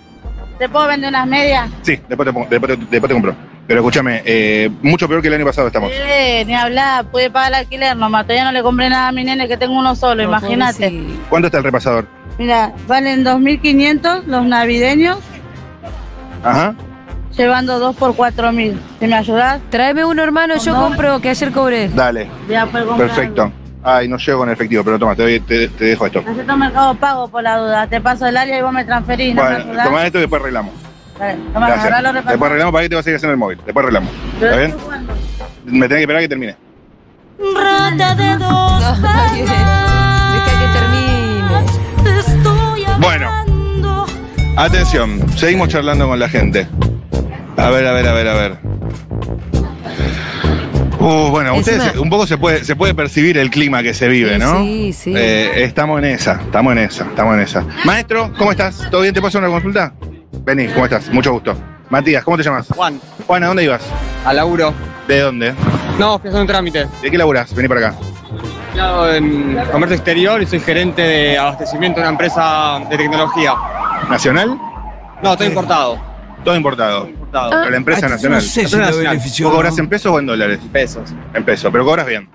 Speaker 8: ¿Te puedo vender unas medias?
Speaker 3: Sí, después te, pongo- después te- después te compro. Pero escúchame, eh, mucho peor que el año pasado estamos.
Speaker 8: Eh, ni hablar, pude pagar el alquiler nomás. Todavía no le compré nada a mi nene que tengo uno solo, imagínate.
Speaker 3: ¿Cuánto está el repasador?
Speaker 8: Mira, valen 2.500 los navideños,
Speaker 3: Ajá.
Speaker 8: llevando dos por 4.000. ¿Te me ayudas?
Speaker 1: Tráeme uno, hermano, yo compro, que ayer cobré.
Speaker 3: Dale,
Speaker 8: Ya pues, puedo comprar.
Speaker 3: perfecto. Ay, no llego en efectivo, pero toma, te, doy- te- te dejo esto.
Speaker 8: Necesito mercado pago por la duda. Te paso el área y vos me transferís. ¿no me
Speaker 3: Bueno,
Speaker 8: ayudás?
Speaker 3: tomá esto y después arreglamos.
Speaker 8: Dale, tomá, agarrá los
Speaker 3: Gracias.
Speaker 8: repasadores.
Speaker 3: Después arreglamos para que te vas a ir haciendo el móvil. Después arreglamos. ¿Está bien? Me tenés que esperar a que termine.
Speaker 1: Rata de dos. Deja que termine.
Speaker 3: Bueno, atención, seguimos charlando con la gente. A ver, a ver, a ver, a ver. Uh, bueno,
Speaker 1: Encima-
Speaker 3: ustedes un poco se puede, se puede percibir el clima que se vive,
Speaker 1: Sí,
Speaker 3: ¿no?
Speaker 1: sí, sí.
Speaker 3: Eh, estamos en esa, estamos en esa, estamos en esa. Maestro, ¿cómo estás? ¿Todo bien? ¿Te paso una consulta? Vení, ¿cómo estás? Mucho gusto. Matías, ¿cómo te llamas?
Speaker 9: Juan.
Speaker 3: Juan, ¿a dónde ibas?
Speaker 9: A laburo.
Speaker 3: ¿De dónde?
Speaker 9: No, fui a hacer un trámite.
Speaker 3: ¿De qué laburás? Vení para acá.
Speaker 9: Yo en comercio exterior y soy gerente de abastecimiento de una empresa de tecnología.
Speaker 3: ¿Nacional?
Speaker 9: No, todo importado.
Speaker 3: Todo importado.
Speaker 9: Importado.
Speaker 3: Pero la empresa
Speaker 9: ah,
Speaker 3: nacional.
Speaker 9: La empresa nacional.
Speaker 3: ¿Vos cobrás en pesos o en dólares? En
Speaker 9: pesos.
Speaker 3: En pesos, pero cobras bien.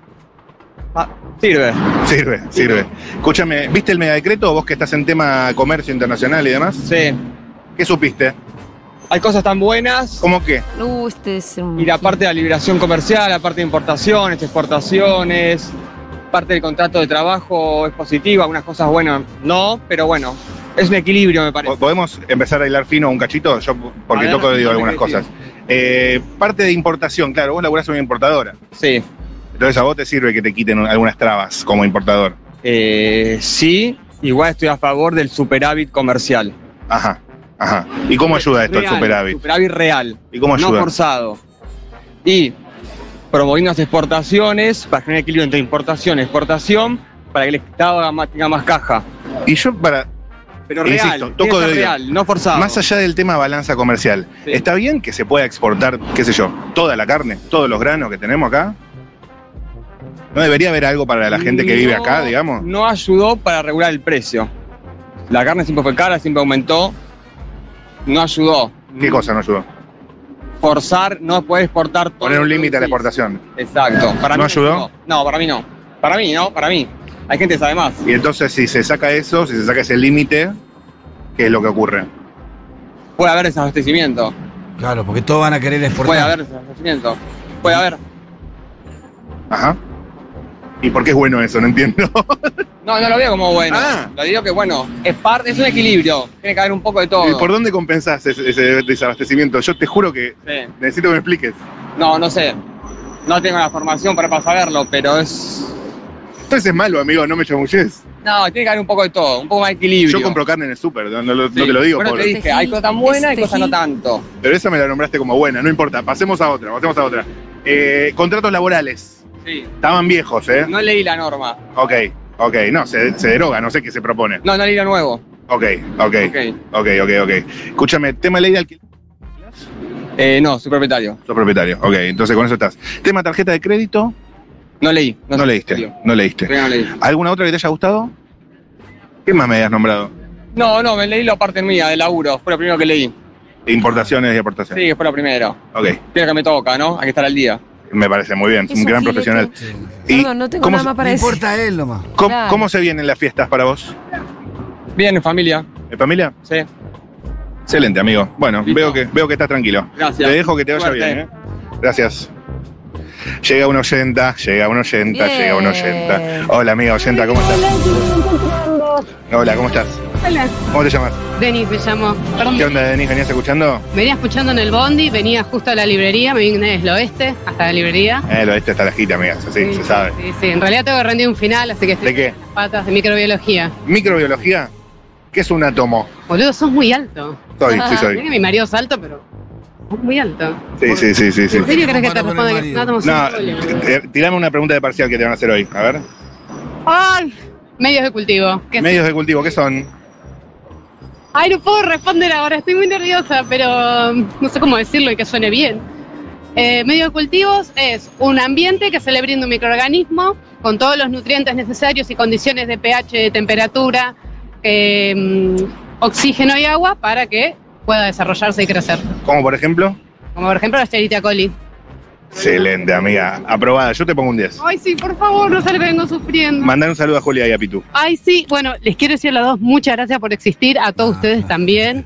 Speaker 9: Ah, sirve.
Speaker 3: Sirve, sirve. Escúchame, ¿viste el megadecreto vos que estás en tema comercio internacional y demás?
Speaker 9: Sí.
Speaker 3: ¿Qué supiste?
Speaker 9: Hay cosas tan buenas.
Speaker 3: ¿Cómo qué?
Speaker 1: Uh, este es un-
Speaker 9: Y la parte de la liberación comercial, la parte de importaciones, exportaciones, parte del contrato de trabajo es positiva, algunas cosas, bueno, no, pero bueno, es un equilibrio, me parece.
Speaker 3: ¿Podemos empezar a hilar fino un cachito? Yo, porque
Speaker 9: A ver,
Speaker 3: toco, digo
Speaker 9: dale,
Speaker 3: algunas
Speaker 9: sí.
Speaker 3: cosas. Eh, parte de importación, claro, vos laburás en una importadora.
Speaker 9: Sí.
Speaker 3: Entonces a vos te sirve que te quiten algunas trabas como importador.
Speaker 9: Eh, sí, igual estoy a favor del superávit comercial.
Speaker 3: Ajá, ajá. ¿Y cómo ayuda esto, el
Speaker 9: Real,
Speaker 3: superávit?
Speaker 9: Superávit real.
Speaker 3: ¿Y cómo
Speaker 9: No
Speaker 3: ayuda?
Speaker 9: forzado. Y promoviendo las exportaciones para generar equilibrio entre importación y exportación para que el Estado haga más- tenga más caja.
Speaker 3: Y yo para...
Speaker 9: Pero real,
Speaker 3: Insisto,
Speaker 9: tiene
Speaker 3: toco de
Speaker 9: que ser
Speaker 3: oído.
Speaker 9: real, no forzado.
Speaker 3: Más allá del tema balanza comercial,
Speaker 9: Sí.
Speaker 3: ¿está bien que se pueda exportar, qué sé yo, toda la carne, todos los granos que tenemos acá? ¿No debería haber algo para la gente que vive
Speaker 9: No,
Speaker 3: acá, digamos?
Speaker 9: No ayudó para regular el precio. La carne siempre fue cara, siempre aumentó. No ayudó.
Speaker 3: ¿Qué cosa no ayudó?
Speaker 9: Forzar, no poder exportar todo.
Speaker 3: Poner
Speaker 9: lo
Speaker 3: un
Speaker 9: que
Speaker 3: límite a la
Speaker 9: producís.
Speaker 3: exportación.
Speaker 9: Exacto. Para
Speaker 3: ¿No
Speaker 9: mí
Speaker 3: ayudó?
Speaker 9: No, para mí no. Para mí, no, para mí. Hay gente que sabe más.
Speaker 3: Y entonces si se saca eso, si se saca ese límite, ¿qué es lo que ocurre?
Speaker 9: Puede haber desabastecimiento.
Speaker 2: Claro, porque todos van a querer exportar.
Speaker 9: Puede haber desabastecimiento. Puede haber.
Speaker 3: Ajá. ¿Y por qué es bueno eso? No entiendo.
Speaker 9: No, no lo veo como bueno.
Speaker 3: Ah.
Speaker 9: Lo digo que bueno, es parte, es un equilibrio. Tiene que haber un poco de todo.
Speaker 3: ¿Y por dónde compensás ese, ese desabastecimiento? Yo te juro que
Speaker 9: Sí.
Speaker 3: necesito que me expliques.
Speaker 9: No, no sé. No tengo la formación para, para saberlo, pero es.
Speaker 3: Entonces es malo, amigo, no me chamulles.
Speaker 9: No, tiene que haber un poco de todo, un poco más de equilibrio.
Speaker 3: Yo compro carne en el súper, no, no lo- no
Speaker 9: Sí.
Speaker 3: te lo digo.
Speaker 9: Bueno,
Speaker 3: por-
Speaker 9: te dije, hay cosas tan buenas y cosas no tanto.
Speaker 3: Pero esa me la nombraste como buena, no importa. Pasemos a otra, pasemos a otra. Eh, contratos laborales.
Speaker 9: Sí.
Speaker 3: Estaban viejos, ¿eh?
Speaker 9: No leí la norma.
Speaker 3: Ok, ok. No, se, se deroga, no sé qué se propone.
Speaker 9: No, no leí lo nuevo.
Speaker 3: Ok, ok,
Speaker 9: Ok.
Speaker 3: ok, ok, ok. Escúchame, tema ley de alquiler.
Speaker 9: Eh, no, soy propietario.
Speaker 3: Sos propietario, ok, entonces con eso estás. Tema tarjeta de crédito,
Speaker 9: No leí.
Speaker 3: no,
Speaker 9: soy
Speaker 3: leíste,
Speaker 9: propietario.
Speaker 3: no leíste.
Speaker 9: Creo que No, leí.
Speaker 3: ¿Alguna otra que te haya gustado? ¿Qué más me habías nombrado?
Speaker 9: no, no, me leí la parte mía, de laburo. Fue lo primero que leí.
Speaker 3: Importaciones y aportaciones.
Speaker 9: Sí, fue lo primero.
Speaker 3: Ok,
Speaker 9: Creo que me toca, ¿no? Hay que estar al día.
Speaker 3: me parece muy bien,
Speaker 1: Es
Speaker 3: un
Speaker 1: un
Speaker 3: gran
Speaker 1: filete.
Speaker 3: profesional.
Speaker 2: Sí.
Speaker 3: ¿Y
Speaker 1: Perdón, no tengo
Speaker 3: cómo,
Speaker 1: nada más para
Speaker 2: Le
Speaker 1: decir.
Speaker 2: importa a él nomás.
Speaker 3: cómo-
Speaker 1: Claro.
Speaker 3: cómo se vienen las fiestas para vos?
Speaker 9: Bien, en familia.
Speaker 3: ¿En familia?
Speaker 9: Sí.
Speaker 3: Excelente, amigo. Bueno,
Speaker 9: Listo.
Speaker 3: veo que, veo que estás tranquilo.
Speaker 9: Gracias.
Speaker 3: Te dejo que te vaya
Speaker 9: Suerte.
Speaker 3: bien, ¿eh? Gracias. Llega un oyenta, llega un oyenta,
Speaker 1: Bien.
Speaker 3: llega un oyenta. Hola, amiga oyenta, ¿cómo estás? Hola, ¿cómo estás?
Speaker 10: Hola.
Speaker 3: ¿Cómo te llamas?
Speaker 12: Denis me llamó. Perdón.
Speaker 3: ¿Qué onda, Denis? ¿Venías escuchando?
Speaker 12: Venía escuchando en el bondi, venía justo a la librería, me vine desde el oeste hasta la librería.
Speaker 3: Eh, lo de este está lajita, amiga, así
Speaker 12: Sí,
Speaker 3: se sabe.
Speaker 12: Sí, sí, en realidad tengo que rendir un final, así que estoy
Speaker 3: ¿De qué?
Speaker 12: con las patas de microbiología.
Speaker 3: ¿Microbiología? ¿Qué es un átomo?
Speaker 12: Boludo, sos muy alto. Ah,
Speaker 3: Soy, sí,
Speaker 12: Mirá que
Speaker 3: soy.
Speaker 12: mi marido es alto, pero sos muy alto.
Speaker 3: Sí, sí, sí, sí. sí.
Speaker 12: ¿En serio crees que te
Speaker 2: Comparo con
Speaker 12: responda
Speaker 2: el
Speaker 12: que es un átomo
Speaker 3: No,
Speaker 12: sólido, boludo?
Speaker 3: t- t- tirame una pregunta de parcial que te van a hacer hoy. A ver.
Speaker 12: Ay, medios de cultivo. ¿Qué
Speaker 3: Medios de cultivo, ¿qué son?
Speaker 12: Ay, no puedo responder ahora, estoy muy nerviosa, pero um, no sé cómo decirlo y que suene bien. Eh, medio de cultivos es un ambiente que se le brinda un microorganismo con todos los nutrientes necesarios y condiciones de pH, de temperatura, eh, mm, oxígeno y em, agua para que pueda desarrollarse y crecer.
Speaker 3: Como por ejemplo.
Speaker 12: Como por ejemplo la Esterita coli.
Speaker 3: Excelente, amiga. Aprobada. Yo te pongo un 10.
Speaker 12: Ay, sí, por favor, no se le vengo sufriendo.
Speaker 3: Mandar un saludo a Julia y a Pitu.
Speaker 12: Ay, sí, bueno, les quiero decir a las dos muchas gracias por existir, a todos ustedes también.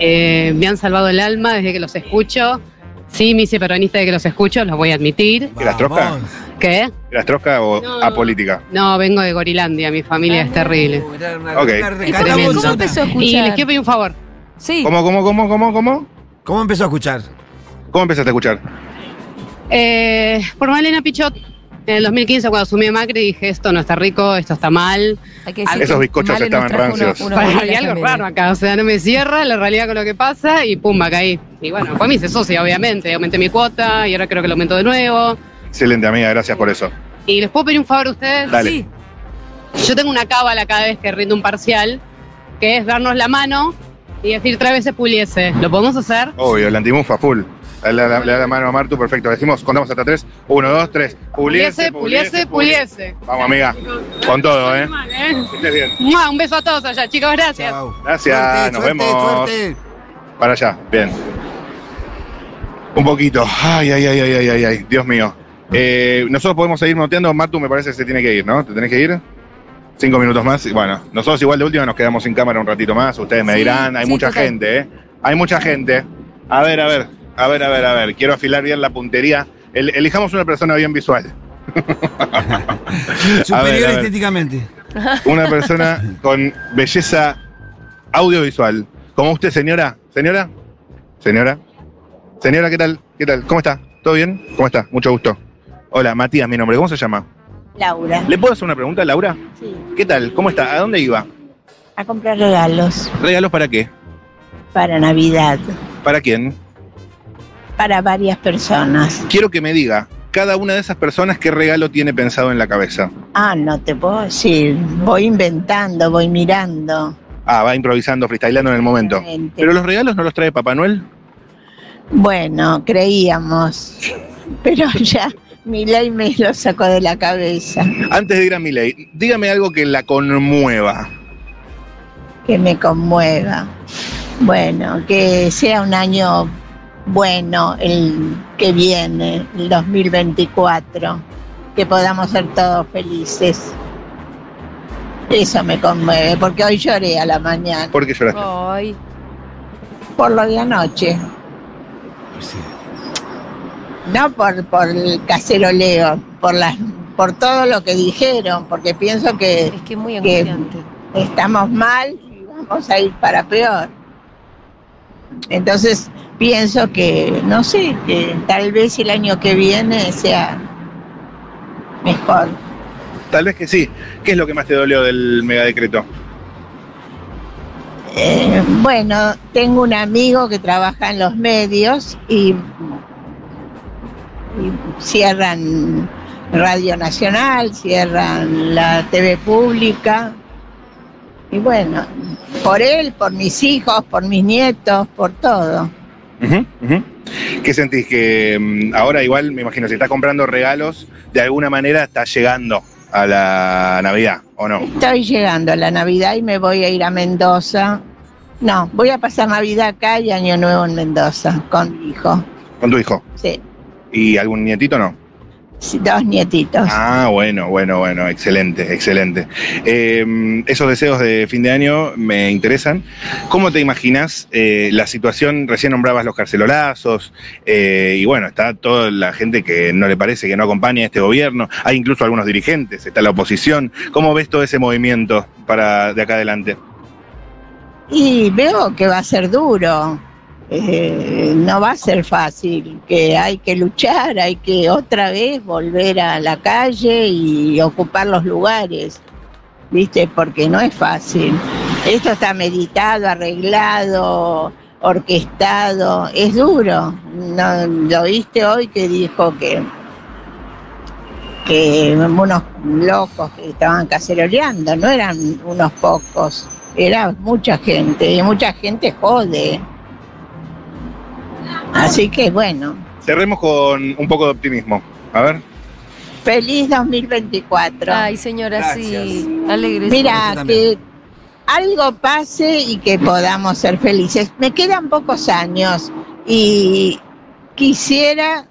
Speaker 12: Eh, me han salvado el alma desde que los escucho. Sí, me hice peronista desde que los escucho, los voy a admitir.
Speaker 3: ¿Eras trosca?
Speaker 12: ¿Qué?
Speaker 3: ¿Eras trosca o apolítica?
Speaker 12: No, vengo de Gorilandia, mi familia es terrible.
Speaker 3: Ok.
Speaker 12: Es tremendo.
Speaker 1: ¿Cómo empezó a escuchar?
Speaker 12: Y les quiero pedir un favor.
Speaker 1: Sí.
Speaker 3: ¿Cómo, cómo, cómo, cómo, cómo?
Speaker 2: ¿Cómo empezó a escuchar?
Speaker 3: ¿Cómo empezaste a escuchar?
Speaker 12: Eh, por Malena Pichot. En el 2015, cuando asumí a Macri, dije, esto no está rico, esto está mal.
Speaker 1: Hay que decir
Speaker 3: Ah, Esos
Speaker 1: que
Speaker 3: bizcochos
Speaker 1: Male nos
Speaker 3: estaban
Speaker 1: trajo uno-
Speaker 3: rancios.
Speaker 1: unos
Speaker 12: Para-
Speaker 1: buenos
Speaker 12: hay algo
Speaker 1: también,
Speaker 12: raro
Speaker 1: ¿eh?
Speaker 12: acá, o sea, no me cierra la realidad con lo que pasa y pumba, caí. Y bueno, después me hice socia, obviamente, aumenté mi cuota y ahora creo que lo aumento de nuevo.
Speaker 3: Excelente, amiga. Gracias por eso.
Speaker 12: Y les puedo pedir un favor a ustedes.
Speaker 3: Dale.
Speaker 1: Sí.
Speaker 12: Yo tengo una cábala cada vez que rindo un parcial, que es darnos la mano y decir tres veces puliese. ¿Lo podemos hacer?
Speaker 3: Obvio, el antimufa full. Le da la, le da la mano a Martu, perfecto. Decimos, contamos hasta tres. Uno, dos, tres. Puliese, puliese, puliese. Vamos, amiga. Con todo, ¿eh?
Speaker 12: Mal, ¿eh?
Speaker 3: Que estés bien.
Speaker 12: Mua, Un beso a todos allá, chicos, gracias.
Speaker 3: Gracias, nos vemos. Para allá, bien. Un poquito. Ay, ay, ay, ay, ay, ay, ay. Dios mío. Eh, nosotros podemos seguir monteando. Martu me parece que se tiene que ir, ¿no? ¿Te tenés que ir? Cinco minutos más. y Bueno, nosotros igual de última nos quedamos sin cámara un ratito más. Ustedes me
Speaker 1: Sí,
Speaker 3: dirán, hay
Speaker 1: sí,
Speaker 3: mucha
Speaker 1: total.
Speaker 3: gente, ¿eh? Hay mucha gente. A ver, a ver, a ver, a ver, a ver. Quiero afilar bien la puntería. El- elijamos una persona bien visual. A ver,
Speaker 2: Superior
Speaker 3: a ver.
Speaker 2: estéticamente.
Speaker 3: Una persona con belleza audiovisual. Como usted, señora. Señora. Señora. Señora, ¿qué tal? ¿Qué tal? ¿Cómo está? ¿Todo bien? ¿Cómo está? Mucho gusto. Hola, Matías, mi nombre. ¿Cómo se llama?
Speaker 13: Laura,
Speaker 3: ¿Le puedo hacer una pregunta, Laura?
Speaker 13: sí,
Speaker 3: ¿Qué tal? ¿Cómo está? ¿A dónde iba?
Speaker 13: a comprar regalos
Speaker 3: ¿Regalos para qué?
Speaker 13: para Navidad,
Speaker 3: ¿Para quién?
Speaker 13: para varias personas.
Speaker 3: Quiero que me diga cada una de esas personas qué regalo tiene pensado en la cabeza.
Speaker 13: Ah, no te puedo decir, voy inventando, voy mirando.
Speaker 3: Ah, va improvisando, freestylando en el momento.
Speaker 13: Exactamente.
Speaker 3: ¿Pero los regalos no los trae Papá Noel?
Speaker 13: Bueno, creíamos, pero ya mi ley me lo sacó de la cabeza,
Speaker 3: Antes de ir a mi ley, dígame algo que la conmueva.
Speaker 13: que me conmueva. Bueno, que sea un año bueno el que viene, el 2024, que podamos ser todos felices. Eso me conmueve, porque hoy lloré a la mañana,
Speaker 3: ¿Por qué lloraste?
Speaker 1: Ay,
Speaker 13: por lo de anoche, no por, por el caseroleo, por, las, por todo lo que dijeron, porque pienso que
Speaker 1: es que es muy
Speaker 13: Que-
Speaker 1: angustiante.
Speaker 13: estamos mal y vamos a ir para peor. Entonces pienso que, no sé, que tal vez el año que viene sea mejor.
Speaker 3: Tal vez que sí. ¿Qué es lo que más te dolió del megadecreto?
Speaker 13: Eh, bueno, tengo un amigo que trabaja en los medios y, y cierran Radio Nacional, cierran la TV pública. Y bueno, por él, por mis hijos, por mis nietos, por todo.
Speaker 3: Ujú, ujú. ¿Qué sentís? Que mm, ahora igual, me imagino, si estás comprando regalos, de alguna manera estás llegando a la Navidad, ¿o no?
Speaker 13: Estoy llegando a la Navidad y me voy a ir a Mendoza. No, voy a pasar Navidad acá y Año Nuevo en Mendoza con mi hijo.
Speaker 3: Con tu hijo.
Speaker 13: Sí,
Speaker 3: ¿Y algún nietito no?
Speaker 13: sí, dos nietitos.
Speaker 3: Ah, bueno, bueno, bueno, excelente, excelente. Eh, esos deseos de fin de año me interesan. ¿Cómo te imaginas eh, la situación? Recién nombrabas los carcelolazos eh, y bueno, está toda la gente que no le parece, que no acompaña a este gobierno. Hay incluso algunos dirigentes, está la oposición. ¿Cómo ves todo ese movimiento para de acá adelante?
Speaker 13: Y veo que va a ser duro. Eh, no va a ser fácil, que hay que luchar, hay que otra vez volver a la calle y ocupar los lugares, ¿viste? Porque no es fácil. Esto está meditado, arreglado, orquestado, es duro. No, lo viste hoy que dijo que, que unos locos que estaban caceroleando, no eran unos pocos era mucha gente, y mucha gente jode. Así que bueno,
Speaker 3: Cerremos con un poco de optimismo. A ver.
Speaker 13: feliz 2024.
Speaker 1: Ay, señora, sí. Alegre.
Speaker 13: Mira,
Speaker 1: sí.
Speaker 13: que algo pase y que podamos ser felices. Me quedan pocos años y quisiera,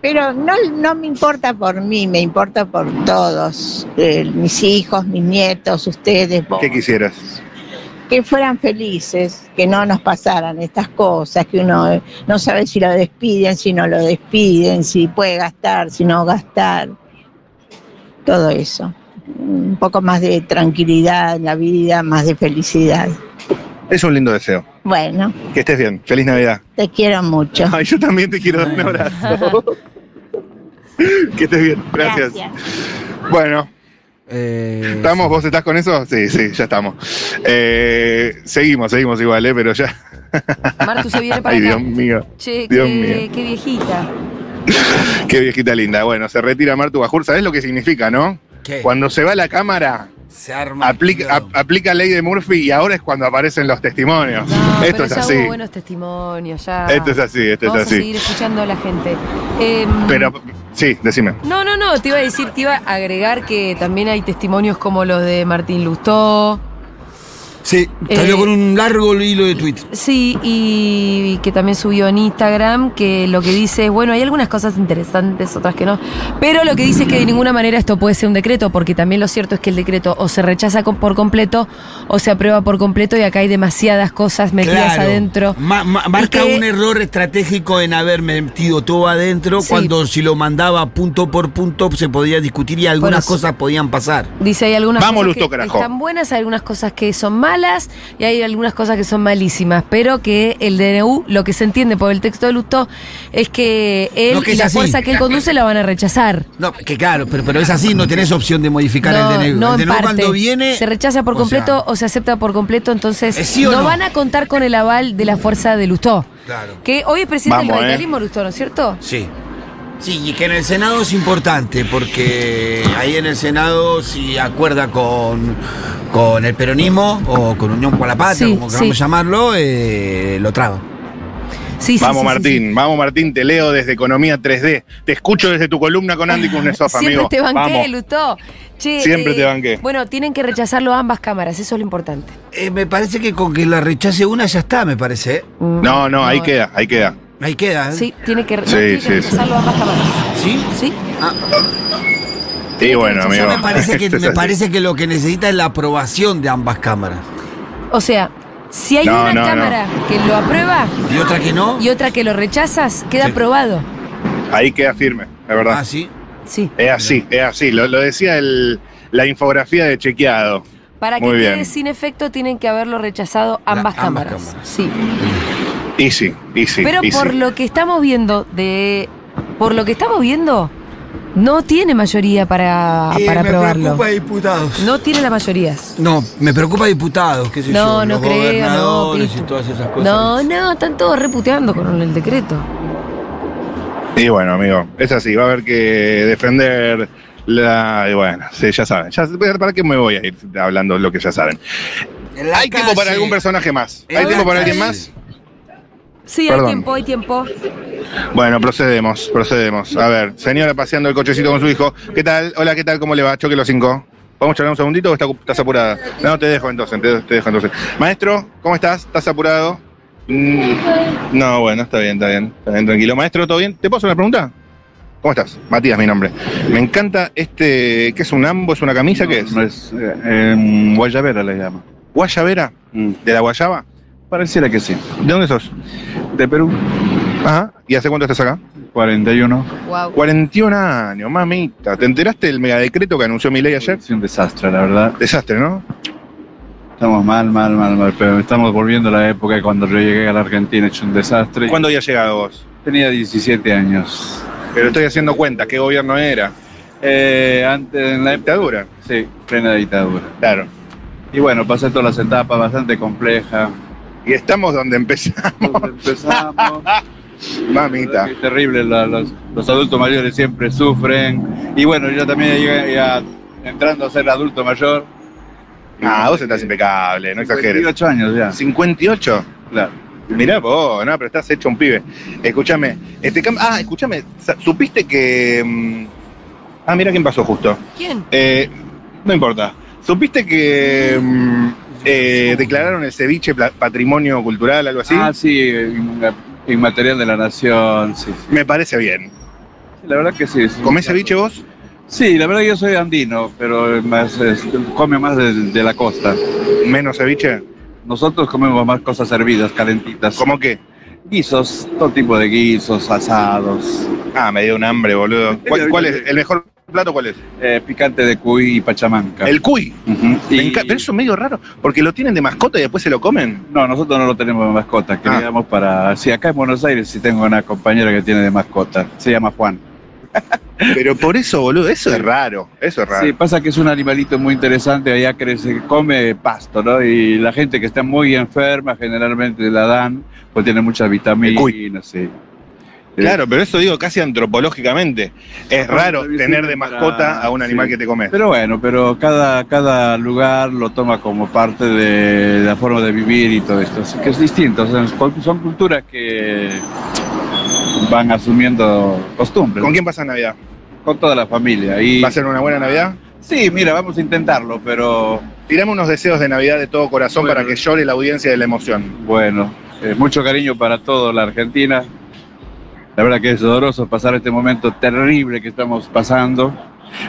Speaker 13: pero no, no me importa por mí, me importa por todos, eh, mis hijos, mis nietos, ustedes, vos
Speaker 3: ¿Qué quisieras?
Speaker 13: que fueran felices, que no nos pasaran estas cosas, que uno eh, no sabe si lo despiden, si no lo despiden, si puede gastar, si no gastar, todo eso. Un poco más de tranquilidad en la vida, más de felicidad.
Speaker 3: Es un lindo deseo.
Speaker 13: Bueno,
Speaker 3: Que estés bien. Feliz Navidad.
Speaker 13: te quiero mucho.
Speaker 3: Ay, yo también te quiero dar un abrazo. que estés bien. Gracias. Bueno. ¿Estamos? ¿Vos estás con eso? Sí, sí, ya estamos. Eh, seguimos, seguimos igual, ¿eh? Pero ya.
Speaker 1: Martu se viene para
Speaker 3: Ay,
Speaker 1: acá.
Speaker 3: Dios mío.
Speaker 1: Che,
Speaker 3: Dios
Speaker 1: qué,
Speaker 3: mío.
Speaker 1: qué viejita.
Speaker 3: Qué viejita linda. Bueno, se retira Martu Bajur. ¿Sabés lo que significa, no?
Speaker 2: ¿Qué?
Speaker 3: Cuando se va la cámara,
Speaker 2: Se arma.
Speaker 3: aplica, ap- aplica ley de Murphy y ahora es cuando aparecen los testimonios.
Speaker 1: No,
Speaker 3: Esto
Speaker 1: pero
Speaker 3: es
Speaker 1: ya
Speaker 3: así.
Speaker 1: hubo buenos testimonios, ya.
Speaker 3: Esto es así, esto es
Speaker 1: Vamos
Speaker 3: así.
Speaker 1: a seguir escuchando a la gente. Eh,
Speaker 3: Pero, sí, decime.
Speaker 1: No, no, no, te iba a decir, te iba a agregar que también hay testimonios como los de Martín Lustó.
Speaker 2: Sí, salió
Speaker 1: Eh,
Speaker 2: con un largo hilo de tweets.
Speaker 1: Sí, y que también subió en Instagram, que lo que dice es, bueno, hay algunas cosas interesantes, otras que no, pero lo que dice es que de ninguna manera esto puede ser un decreto, porque también lo cierto es que el decreto o se rechaza con- por completo o se aprueba por completo y acá hay demasiadas cosas metidas
Speaker 2: Claro.
Speaker 1: adentro.
Speaker 2: Ma- ma- marca
Speaker 1: que-
Speaker 2: un error estratégico en haber metido todo adentro
Speaker 1: Sí.
Speaker 2: cuando si lo mandaba punto por punto se podía discutir y algunas
Speaker 1: eso.
Speaker 2: cosas podían pasar.
Speaker 1: Dice, hay algunas
Speaker 2: Vamos,
Speaker 1: cosas
Speaker 2: Lustó,
Speaker 1: que
Speaker 2: carajo.
Speaker 1: están buenas, hay algunas cosas que son malas y hay algunas cosas que son malísimas, pero que el DNU, lo que se entiende por el texto de Lustó, es que él
Speaker 2: No, que
Speaker 1: y
Speaker 2: es
Speaker 1: la
Speaker 2: así.
Speaker 1: fuerza que él conduce la van a rechazar.
Speaker 2: No, que claro, pero, pero es así, no tenés opción de modificar el
Speaker 1: No,
Speaker 2: DNU.
Speaker 1: no
Speaker 2: el
Speaker 1: en
Speaker 2: DNU
Speaker 1: parte.
Speaker 2: cuando viene
Speaker 1: se rechaza por
Speaker 2: o
Speaker 1: completo
Speaker 2: sea-
Speaker 1: o se acepta por completo, entonces
Speaker 2: ¿Es sí o
Speaker 1: no,
Speaker 2: no?
Speaker 1: van a contar con el aval de la fuerza de Lustó.
Speaker 2: Claro.
Speaker 1: Que hoy es presidente
Speaker 2: Vamos,
Speaker 1: del
Speaker 2: eh.
Speaker 1: radicalismo, Lustó, ¿no es cierto?
Speaker 2: Sí. Sí, y que en el Senado es importante, porque ahí en el Senado si acuerda con, con el peronismo o con Unión por la Patria,
Speaker 1: Sí,
Speaker 2: como
Speaker 1: sí.
Speaker 2: queramos llamarlo, eh, lo trago.
Speaker 3: vamos Martín, vamos Martín, te leo desde Economía 3D. Te escucho desde tu columna con Andy Kuznetsov,
Speaker 1: Siempre
Speaker 3: amigo.
Speaker 1: te banqué,
Speaker 3: vamos.
Speaker 1: Lustó. Che, eh,
Speaker 3: Siempre te banqué.
Speaker 1: Bueno, tienen que rechazarlo ambas cámaras, eso es lo importante.
Speaker 2: Eh, me parece que con que la rechace una ya está, me parece. ¿eh?
Speaker 3: No, no, ahí queda, ahí queda.
Speaker 2: Ahí queda, ¿eh?
Speaker 1: Sí, tiene que, no,
Speaker 3: Sí,
Speaker 1: tiene que
Speaker 3: sí, sí.
Speaker 1: rechazarlo ambas cámaras.
Speaker 2: ¿Sí? Ah.
Speaker 1: Sí.
Speaker 3: Y bueno, amigo.
Speaker 2: Yo me parece que,
Speaker 3: esto es
Speaker 2: me
Speaker 3: así.
Speaker 2: parece que lo que necesita es la aprobación de ambas cámaras.
Speaker 1: O sea, si hay
Speaker 2: No,
Speaker 1: una
Speaker 2: no, no.
Speaker 1: cámara que lo aprueba
Speaker 2: ¿Y otra que no?
Speaker 1: y otra que lo rechazas, queda aprobado.
Speaker 3: Ahí queda firme, la verdad.
Speaker 2: Ah, sí.
Speaker 1: Sí.
Speaker 3: Es así, es así. Lo, lo decía el- la infografía de chequeado.
Speaker 1: Para que
Speaker 3: Muy
Speaker 1: quede
Speaker 3: bien.
Speaker 1: sin efecto, tienen que haberlo rechazado ambas, cámaras. Sí.
Speaker 3: Easy, easy.
Speaker 1: Pero
Speaker 3: easy.
Speaker 1: por lo que estamos viendo de. Por lo que estamos viendo, no tiene mayoría para,
Speaker 2: Eh,
Speaker 1: Ah, para
Speaker 2: me
Speaker 1: aprobarlo.
Speaker 2: preocupa diputados.
Speaker 1: No tiene las mayorías.
Speaker 2: No, me preocupa diputados, qué sé
Speaker 1: No,
Speaker 2: yo,
Speaker 1: no
Speaker 2: los
Speaker 1: creo,
Speaker 2: gobernadores
Speaker 1: no, Pitu.
Speaker 2: y todas esas cosas.
Speaker 1: No, no, están todos reputeando con el decreto.
Speaker 3: Y bueno, amigo, es así. Va a haber que defender la. Y bueno, sí, ya saben. Ya- ¿Para qué me voy a ir hablando lo que ya saben? Hay tiempo para algún personaje más.
Speaker 1: En
Speaker 3: ¿Hay
Speaker 1: la
Speaker 3: tiempo para alguien
Speaker 1: calle.
Speaker 3: más?
Speaker 1: Sí,
Speaker 3: Perdón.
Speaker 1: hay tiempo, hay tiempo.
Speaker 3: Bueno, procedemos, procedemos. A ver, señora paseando el cochecito con su hijo. ¿Qué tal? Hola, ¿qué tal? ¿Cómo le va? Choque los cinco. ¿Vamos a charlar un segundito o está- estás apurada? No, te dejo entonces, te, te dejo entonces. Maestro, ¿cómo estás? ¿Estás apurado? Mm, No, bueno, está bien, está bien, está bien, tranquilo. Maestro, ¿todo bien? ¿Te puedo hacer una pregunta? ¿Cómo estás? Matías, mi nombre. Me encanta este, ¿qué es un ambo? ¿Es una camisa? ¿Qué es? eh, em, guayabera le llama. ¿Guayabera? ¿De la guayaba? Pareciera que sí. ¿De dónde sos? De Perú. Ajá. ¿Y hace cuánto estás acá? 41.
Speaker 1: Wow.
Speaker 3: 41 años, mamita. ¿Te enteraste del megadecreto que anunció mi ley ayer?
Speaker 14: Es un desastre, la verdad.
Speaker 3: Desastre, ¿no?
Speaker 14: Estamos mal, mal, mal, mal. Pero estamos volviendo a la época de cuando yo llegué a la Argentina, hecho un desastre.
Speaker 3: ¿Cuándo había llegado vos?
Speaker 14: Tenía 17 años.
Speaker 3: Pero estoy haciendo cuenta, ¿qué gobierno era?
Speaker 14: Eh, antes, en la
Speaker 3: dictadura.
Speaker 14: Sí, plena dictadura.
Speaker 3: Claro.
Speaker 14: Y bueno, pasé todas las etapas, bastante compleja.
Speaker 3: Y estamos donde empezamos.
Speaker 14: empezamos.
Speaker 3: Mamita.
Speaker 14: Es terrible, la- los, los adultos mayores siempre sufren. Y bueno, yo también llegué a- entrando a ser adulto mayor.
Speaker 3: Ah, vos estás impecable, no exageres.
Speaker 14: 58 años ya.
Speaker 3: 58.
Speaker 14: Claro.
Speaker 3: Mirá vos, no, pero estás hecho un pibe. Escúchame. Este, cam- ah, escúchame, sa- supiste que. mm, ah, mira quién pasó justo.
Speaker 1: ¿Quién?
Speaker 3: Eh, no importa. ¿Supiste que mm, eh, declararon el ceviche pla- patrimonio cultural, algo así.
Speaker 14: Ah, sí, inma- inmaterial de la nación, sí.
Speaker 3: Me parece bien.
Speaker 14: La verdad que sí. sí.
Speaker 3: ¿Comés ceviche vos?
Speaker 14: Sí, la verdad que yo soy andino, pero más, es- come más de, de la costa.
Speaker 3: ¿Menos ceviche?
Speaker 14: Nosotros comemos más cosas hervidas, calentitas.
Speaker 3: ¿Cómo qué?
Speaker 14: Guisos, todo tipo de guisos, asados.
Speaker 3: Ah, me dio un hambre, boludo. ¿Cuál, cuál es? ¿El mejor plato cuál es?
Speaker 14: Eh, picante de cuy y pachamanca.
Speaker 3: El cuy.
Speaker 14: Ujú,
Speaker 3: Me
Speaker 14: y-
Speaker 3: enca- Pero eso es medio raro, porque lo tienen de mascota y después se lo comen.
Speaker 14: No, nosotros no lo tenemos de mascota,
Speaker 3: Ah.
Speaker 14: queríamos para... Sí, acá en Buenos Aires sí tengo una compañera que tiene de mascota, se llama Juan.
Speaker 3: Pero por eso, boludo, eso es raro, eso es raro.
Speaker 14: Sí, pasa que es un animalito muy interesante, allá crece, come pasto, ¿no? Y la gente que está muy enferma generalmente la dan, pues tiene muchas vitaminas, sí.
Speaker 3: Claro, pero eso digo casi antropológicamente. Es raro tener de mascota a un animal que te comes.
Speaker 14: Pero bueno, pero cada, cada lugar lo toma como parte de la forma de vivir y todo esto, así que es distinto, o sea, son- son culturas que van asumiendo costumbres.
Speaker 3: ¿Con quién pasa Navidad?
Speaker 14: Con toda la familia. Y...
Speaker 3: ¿Va a ser una buena Navidad?
Speaker 14: Sí, mira, vamos a intentarlo, pero
Speaker 3: Tirame unos deseos de Navidad de todo corazón para que llore la audiencia de la emoción.
Speaker 14: bueno, eh, mucho cariño para toda la Argentina. La verdad que es doloroso pasar este momento terrible que estamos pasando,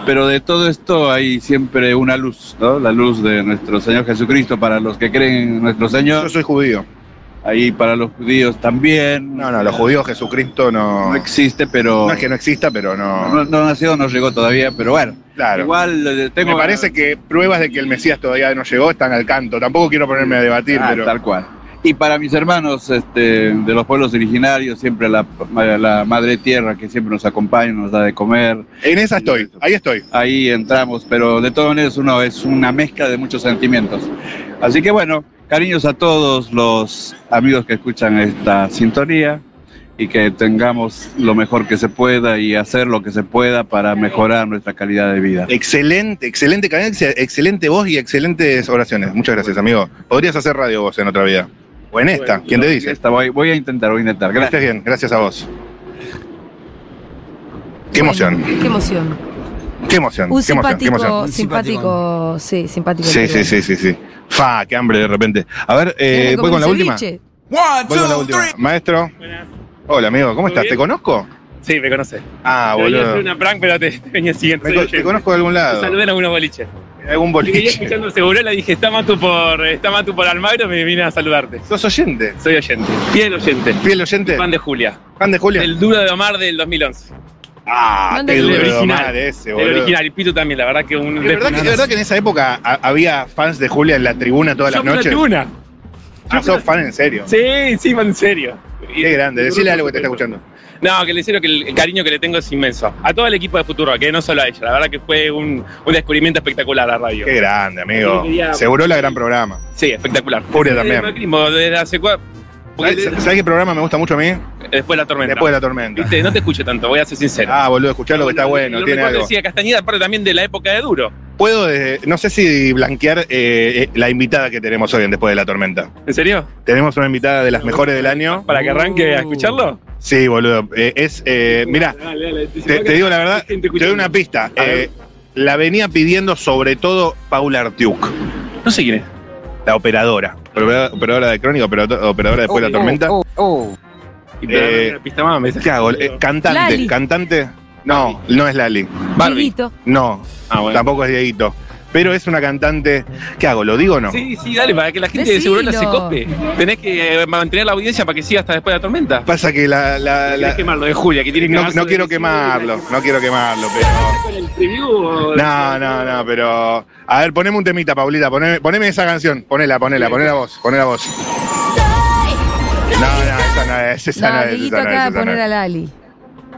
Speaker 14: pero de todo esto hay siempre una luz, ¿no? La luz de nuestro Señor Jesucristo para los que creen en nuestro Señor. Yo
Speaker 3: soy judío.
Speaker 14: Ahí para los judíos también.
Speaker 3: No, no, los judíos Jesucristo no...
Speaker 14: No existe, pero...
Speaker 3: No es que no exista, pero no...
Speaker 14: No, no nació, no llegó todavía, pero bueno.
Speaker 3: Claro.
Speaker 14: Igual eh, tengo...
Speaker 3: Me parece que pruebas de que el Mesías todavía no llegó están al canto. Tampoco quiero ponerme a debatir,
Speaker 14: Ah,
Speaker 3: pero...
Speaker 14: Tal cual. Y para mis hermanos este, de los pueblos originarios, siempre la, la madre tierra que siempre nos acompaña, nos da de comer.
Speaker 3: En esa estoy, ahí estoy.
Speaker 14: Ahí entramos, pero de todas maneras uno es una mezcla de muchos sentimientos. Así que bueno, cariños a todos los amigos que escuchan esta sintonía y que tengamos lo mejor que se pueda y hacer lo que se pueda para mejorar nuestra calidad de vida.
Speaker 3: Excelente, excelente cadencia, excelente voz y excelentes oraciones. Muchas gracias, amigo. Podrías hacer radio vos en otra vida. O en esta, ¿quién te dice?
Speaker 14: Esta voy, voy a intentar, voy a intentar.
Speaker 3: Que
Speaker 14: Gracias.
Speaker 3: estés bien, gracias a vos. Qué emoción,
Speaker 1: Qué emoción.
Speaker 3: qué emoción,
Speaker 1: Un
Speaker 3: qué emoción, qué
Speaker 1: simpático,
Speaker 3: emoción.
Speaker 1: simpático, sí, simpático.
Speaker 3: Sí, sí, sí, sí, sí. Fa, qué hambre de repente. A ver, eh, voy con la última. Voy con la última. Maestro. Hola, amigo, ¿cómo estás? ¿Te conozco?
Speaker 15: Sí, me conoces.
Speaker 3: Ah,
Speaker 15: Te venía a
Speaker 3: boludo.
Speaker 15: hacer una prank, pero te, te venía siguiendo.
Speaker 3: Me
Speaker 15: soy
Speaker 3: co-
Speaker 15: oyente.
Speaker 3: te conozco de algún lado.
Speaker 15: Te saludé en algunos boliches.
Speaker 3: Algún
Speaker 15: Y venía
Speaker 3: boliche.
Speaker 15: escuchando seguro, le dije, está Matu por, está Matu por Almagro, me vine a saludarte.
Speaker 3: ¿Sos oyente?
Speaker 15: Soy oyente. Piel oyente.
Speaker 3: Piel oyente.
Speaker 15: Fan de Julia.
Speaker 3: Fan de Julia.
Speaker 15: El duro de Omar del 2011.
Speaker 3: Ah,
Speaker 15: el
Speaker 3: qué duro de
Speaker 15: original.
Speaker 3: Omar ese,
Speaker 15: el
Speaker 3: boludo.
Speaker 15: original. Y Pitu también, la verdad que un...
Speaker 3: De verdad, que, de verdad que en esa época ha- había fans de Julia en la tribuna todas
Speaker 15: Yo
Speaker 3: las
Speaker 15: fui a la
Speaker 3: noches.
Speaker 15: tribuna.
Speaker 3: Ah, sos fan en serio.
Speaker 15: Sí, sí, en serio.
Speaker 3: Qué grande. Decirle algo que te está escuchando.
Speaker 15: No, que le que el, el cariño que le tengo es inmenso. A todo el equipo de Futuro, que no solo a ella. La verdad que fue un, un descubrimiento espectacular la radio.
Speaker 3: Qué grande,
Speaker 15: Yo
Speaker 3: amigo.
Speaker 15: quería-
Speaker 3: Seguro la gran programa.
Speaker 15: Sí, espectacular.
Speaker 3: Furia
Speaker 15: Desde
Speaker 3: también.
Speaker 15: el macrismo, desde hace cua- porque
Speaker 3: ¿Sabes sabes qué programa me gusta mucho a mí?
Speaker 15: Después de la tormenta.
Speaker 3: Después de la tormenta.
Speaker 15: Viste, no te escucho tanto, voy a ser sincero.
Speaker 3: Ah, boludo, escuchá lo que está bueno,
Speaker 15: Yo
Speaker 3: tiene
Speaker 15: recuerdo
Speaker 3: algo.
Speaker 15: decía Castañeda, aparte también de la época de Duro.
Speaker 3: Puedo, eh, no sé si blanquear eh, eh, la invitada que tenemos hoy en Después de la Tormenta.
Speaker 15: ¿En serio?
Speaker 3: Tenemos una invitada de las mejores del año.
Speaker 15: ¿Para que
Speaker 3: Uh.
Speaker 15: arranque a escucharlo?
Speaker 3: Sí, boludo. Eh, es, eh, mira,
Speaker 15: Dale, dale,
Speaker 3: te, te digo la verdad, te doy una pista. Eh, la venía pidiendo sobre todo Paula Artiuk.
Speaker 15: No sé quién es.
Speaker 3: La operadora. Operadora, operadora de Crónica, operadora, operadora después
Speaker 9: Uh,
Speaker 3: de la tormenta.
Speaker 15: Oh,
Speaker 3: Eh,
Speaker 15: Y pero dame una pista más, me
Speaker 3: ¿Qué hago? Eh, cantante,
Speaker 15: Lali.
Speaker 3: cantante. No, no es Lali.
Speaker 15: Barbie.
Speaker 3: No,
Speaker 15: Ah, bueno.
Speaker 3: tampoco es Dieguito. Pero es una cantante. ¿Qué hago? ¿Lo digo o no?
Speaker 15: Sí, sí, dale, para que la gente de
Speaker 3: Decilo.
Speaker 15: Segurola se cope. Tenés que eh, mantener la audiencia para que siga hasta después de la tormenta.
Speaker 3: Pasa que la. la,
Speaker 15: Querés
Speaker 3: la-
Speaker 15: quemarlo de Julia, que tiene
Speaker 3: no,
Speaker 15: cagazo
Speaker 3: no
Speaker 15: de
Speaker 3: quiero
Speaker 15: decirle
Speaker 3: quemarlo, no quiero quemarlo, pero.
Speaker 15: ¿El preview o-
Speaker 3: No, no, no, pero. A ver, poneme un temita, Paulita, poneme, poneme esa canción. Ponela, ponela, ponela vos, ponela vos. No, no, esa no es, esa no,
Speaker 1: No,
Speaker 3: es,
Speaker 1: Dieguito
Speaker 3: esa no
Speaker 1: acaba
Speaker 3: es,
Speaker 1: de
Speaker 3: esa no
Speaker 1: poner
Speaker 3: es.
Speaker 1: a Lali.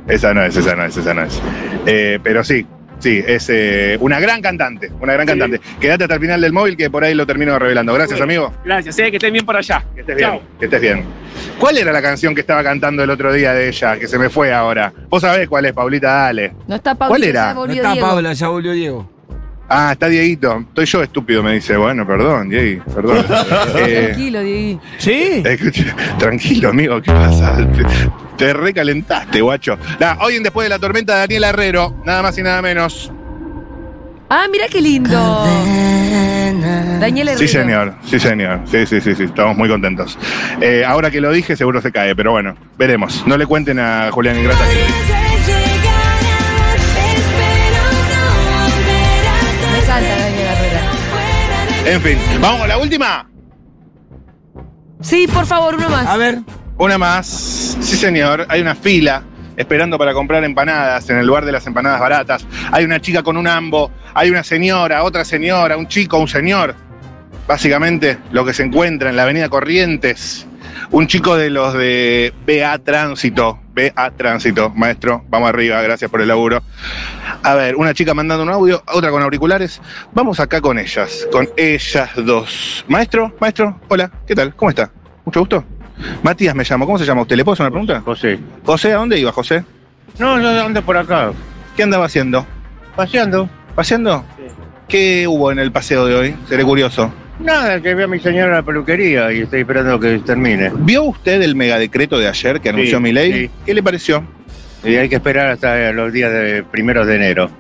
Speaker 3: Esa no es, esa no es, esa no es. Eh, pero sí, sí, es eh, una gran cantante, una gran cantante. Quédate hasta el final del móvil que por ahí lo termino revelando. Gracias,
Speaker 15: Bueno,
Speaker 3: amigo.
Speaker 15: Gracias, eh, que estén bien por allá.
Speaker 3: Que estés bien. Que estés bien. ¿Cuál era la canción que estaba cantando el otro día de ella, que se me fue ahora? Vos sabés cuál es, Paulita, dale.
Speaker 1: No está Paula.
Speaker 3: ¿Cuál era?
Speaker 1: Ya volvió Diego.
Speaker 3: ya volvió Diego. Ah, está Dieguito. Estoy yo estúpido, me dice. Bueno, perdón, Diego, perdón. Eh,
Speaker 1: Tranquilo, Diego.
Speaker 3: Sí. tranquilo, amigo, ¿qué pasa? Te, te recalentaste, guacho. Nah, hoy en Después de la Tormenta, Daniel Herrero, nada más y nada menos.
Speaker 1: Ah, mira qué lindo. Daniel Herrera.
Speaker 3: Sí, señor, sí, señor. Sí, sí, sí, sí, estamos muy contentos. Eh, ahora que lo dije, seguro se cae, pero bueno, veremos. No le cuenten a Julián Ingrata que lo dije.
Speaker 1: Me encanta Daniel Herrera.
Speaker 3: En fin, vamos con la última.
Speaker 1: Sí, por favor, uno más.
Speaker 3: A ver. Una más. Sí, señor. Hay una fila esperando para comprar empanadas en el lugar de las empanadas baratas. Hay una chica con un ambo. Hay una señora, otra señora, un chico, un señor. Básicamente lo que se encuentra en la avenida Corrientes. Un chico de los de BA Tránsito. BA Tránsito, maestro. Vamos arriba, gracias por el laburo. A ver, una chica mandando un audio, otra con auriculares. Vamos acá con ellas, con ellas dos. Maestro, maestro, hola, ¿qué tal? ¿Cómo está? Mucho gusto. Matías me llamo, ¿cómo se llama usted? ¿Le puedo hacer una pregunta? José. José, ¿a dónde iba José? No, yo ando por acá. ¿Qué andaba haciendo? Paseando. ¿Paseando? ¿Qué hubo en el paseo de hoy? Seré curioso.
Speaker 4: Nada, que veo a mi señora en la peluquería y estoy esperando que termine.
Speaker 3: ¿Vio usted el megadecreto de ayer que anunció
Speaker 4: Sí,
Speaker 3: mi ley?
Speaker 4: sí.
Speaker 3: ¿Qué le pareció?
Speaker 4: Y hay que esperar hasta los días de primeros de enero.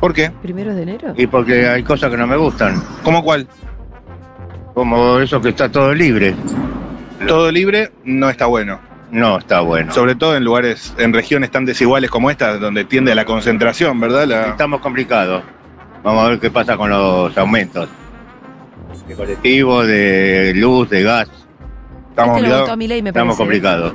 Speaker 3: ¿Por qué?
Speaker 1: ¿Primeros de enero?
Speaker 4: Y porque hay cosas que no me gustan.
Speaker 3: ¿Cómo cuál?
Speaker 4: Como eso que está todo libre.
Speaker 3: Todo libre no está bueno.
Speaker 4: No está bueno.
Speaker 3: Sobre todo en lugares, en regiones tan desiguales como esta, donde tiende a la concentración, ¿verdad? La-
Speaker 4: Estamos complicados. Vamos a ver qué pasa con los aumentos. De colectivo, de luz, de gas.
Speaker 1: Este
Speaker 4: Estamos,
Speaker 1: lo
Speaker 4: obligados-
Speaker 1: votó Milei, me parece,
Speaker 4: estamos
Speaker 1: ¿eh?
Speaker 4: complicados.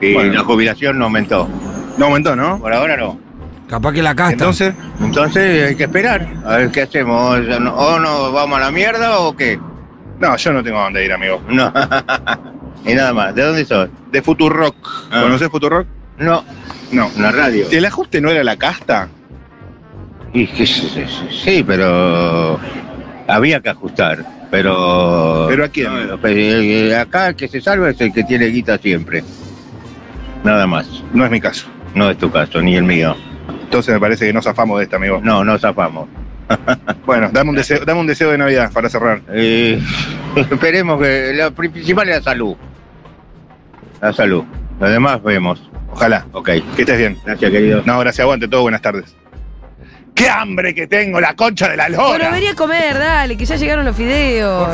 Speaker 4: Y
Speaker 3: Bueno.
Speaker 4: la jubilación no aumentó.
Speaker 3: No aumentó, ¿no?
Speaker 4: Por ahora no.
Speaker 2: Capaz que la casta.
Speaker 3: Entonces,
Speaker 4: Entonces hay que esperar. A ver qué hacemos. O sea, no- O nos vamos a la mierda o qué.
Speaker 3: No, yo no tengo dónde ir, amigo.
Speaker 4: No. y nada más. ¿De dónde sos?
Speaker 3: De Futurock.
Speaker 4: Ah.
Speaker 3: ¿Conoces Futurock?
Speaker 4: No.
Speaker 3: No.
Speaker 4: La radio.
Speaker 3: ¿El ajuste no era la casta?
Speaker 4: Y que sí, sí, sí, sí, pero había que ajustar. Pero.
Speaker 3: ¿Pero a quién?
Speaker 4: No, pues, eh, eh, acá el que se salva es el que tiene guita siempre. Nada más.
Speaker 3: No es mi caso.
Speaker 4: No es tu caso, ni el mío.
Speaker 3: Entonces me parece que no zafamos de esta, amigo.
Speaker 4: No, no zafamos.
Speaker 3: Bueno, dame un deseo, dame un deseo de Navidad para cerrar.
Speaker 4: Eh, esperemos que lo principal es la salud. La salud. Lo demás vemos.
Speaker 3: Ojalá.
Speaker 4: Ok.
Speaker 3: Que estés bien.
Speaker 4: Gracias, querido.
Speaker 3: No, gracias, aguante todo, buenas tardes. ¡Qué hambre que tengo, la concha de la lora!
Speaker 1: Bueno, venía a comer, dale, que ya llegaron los fideos.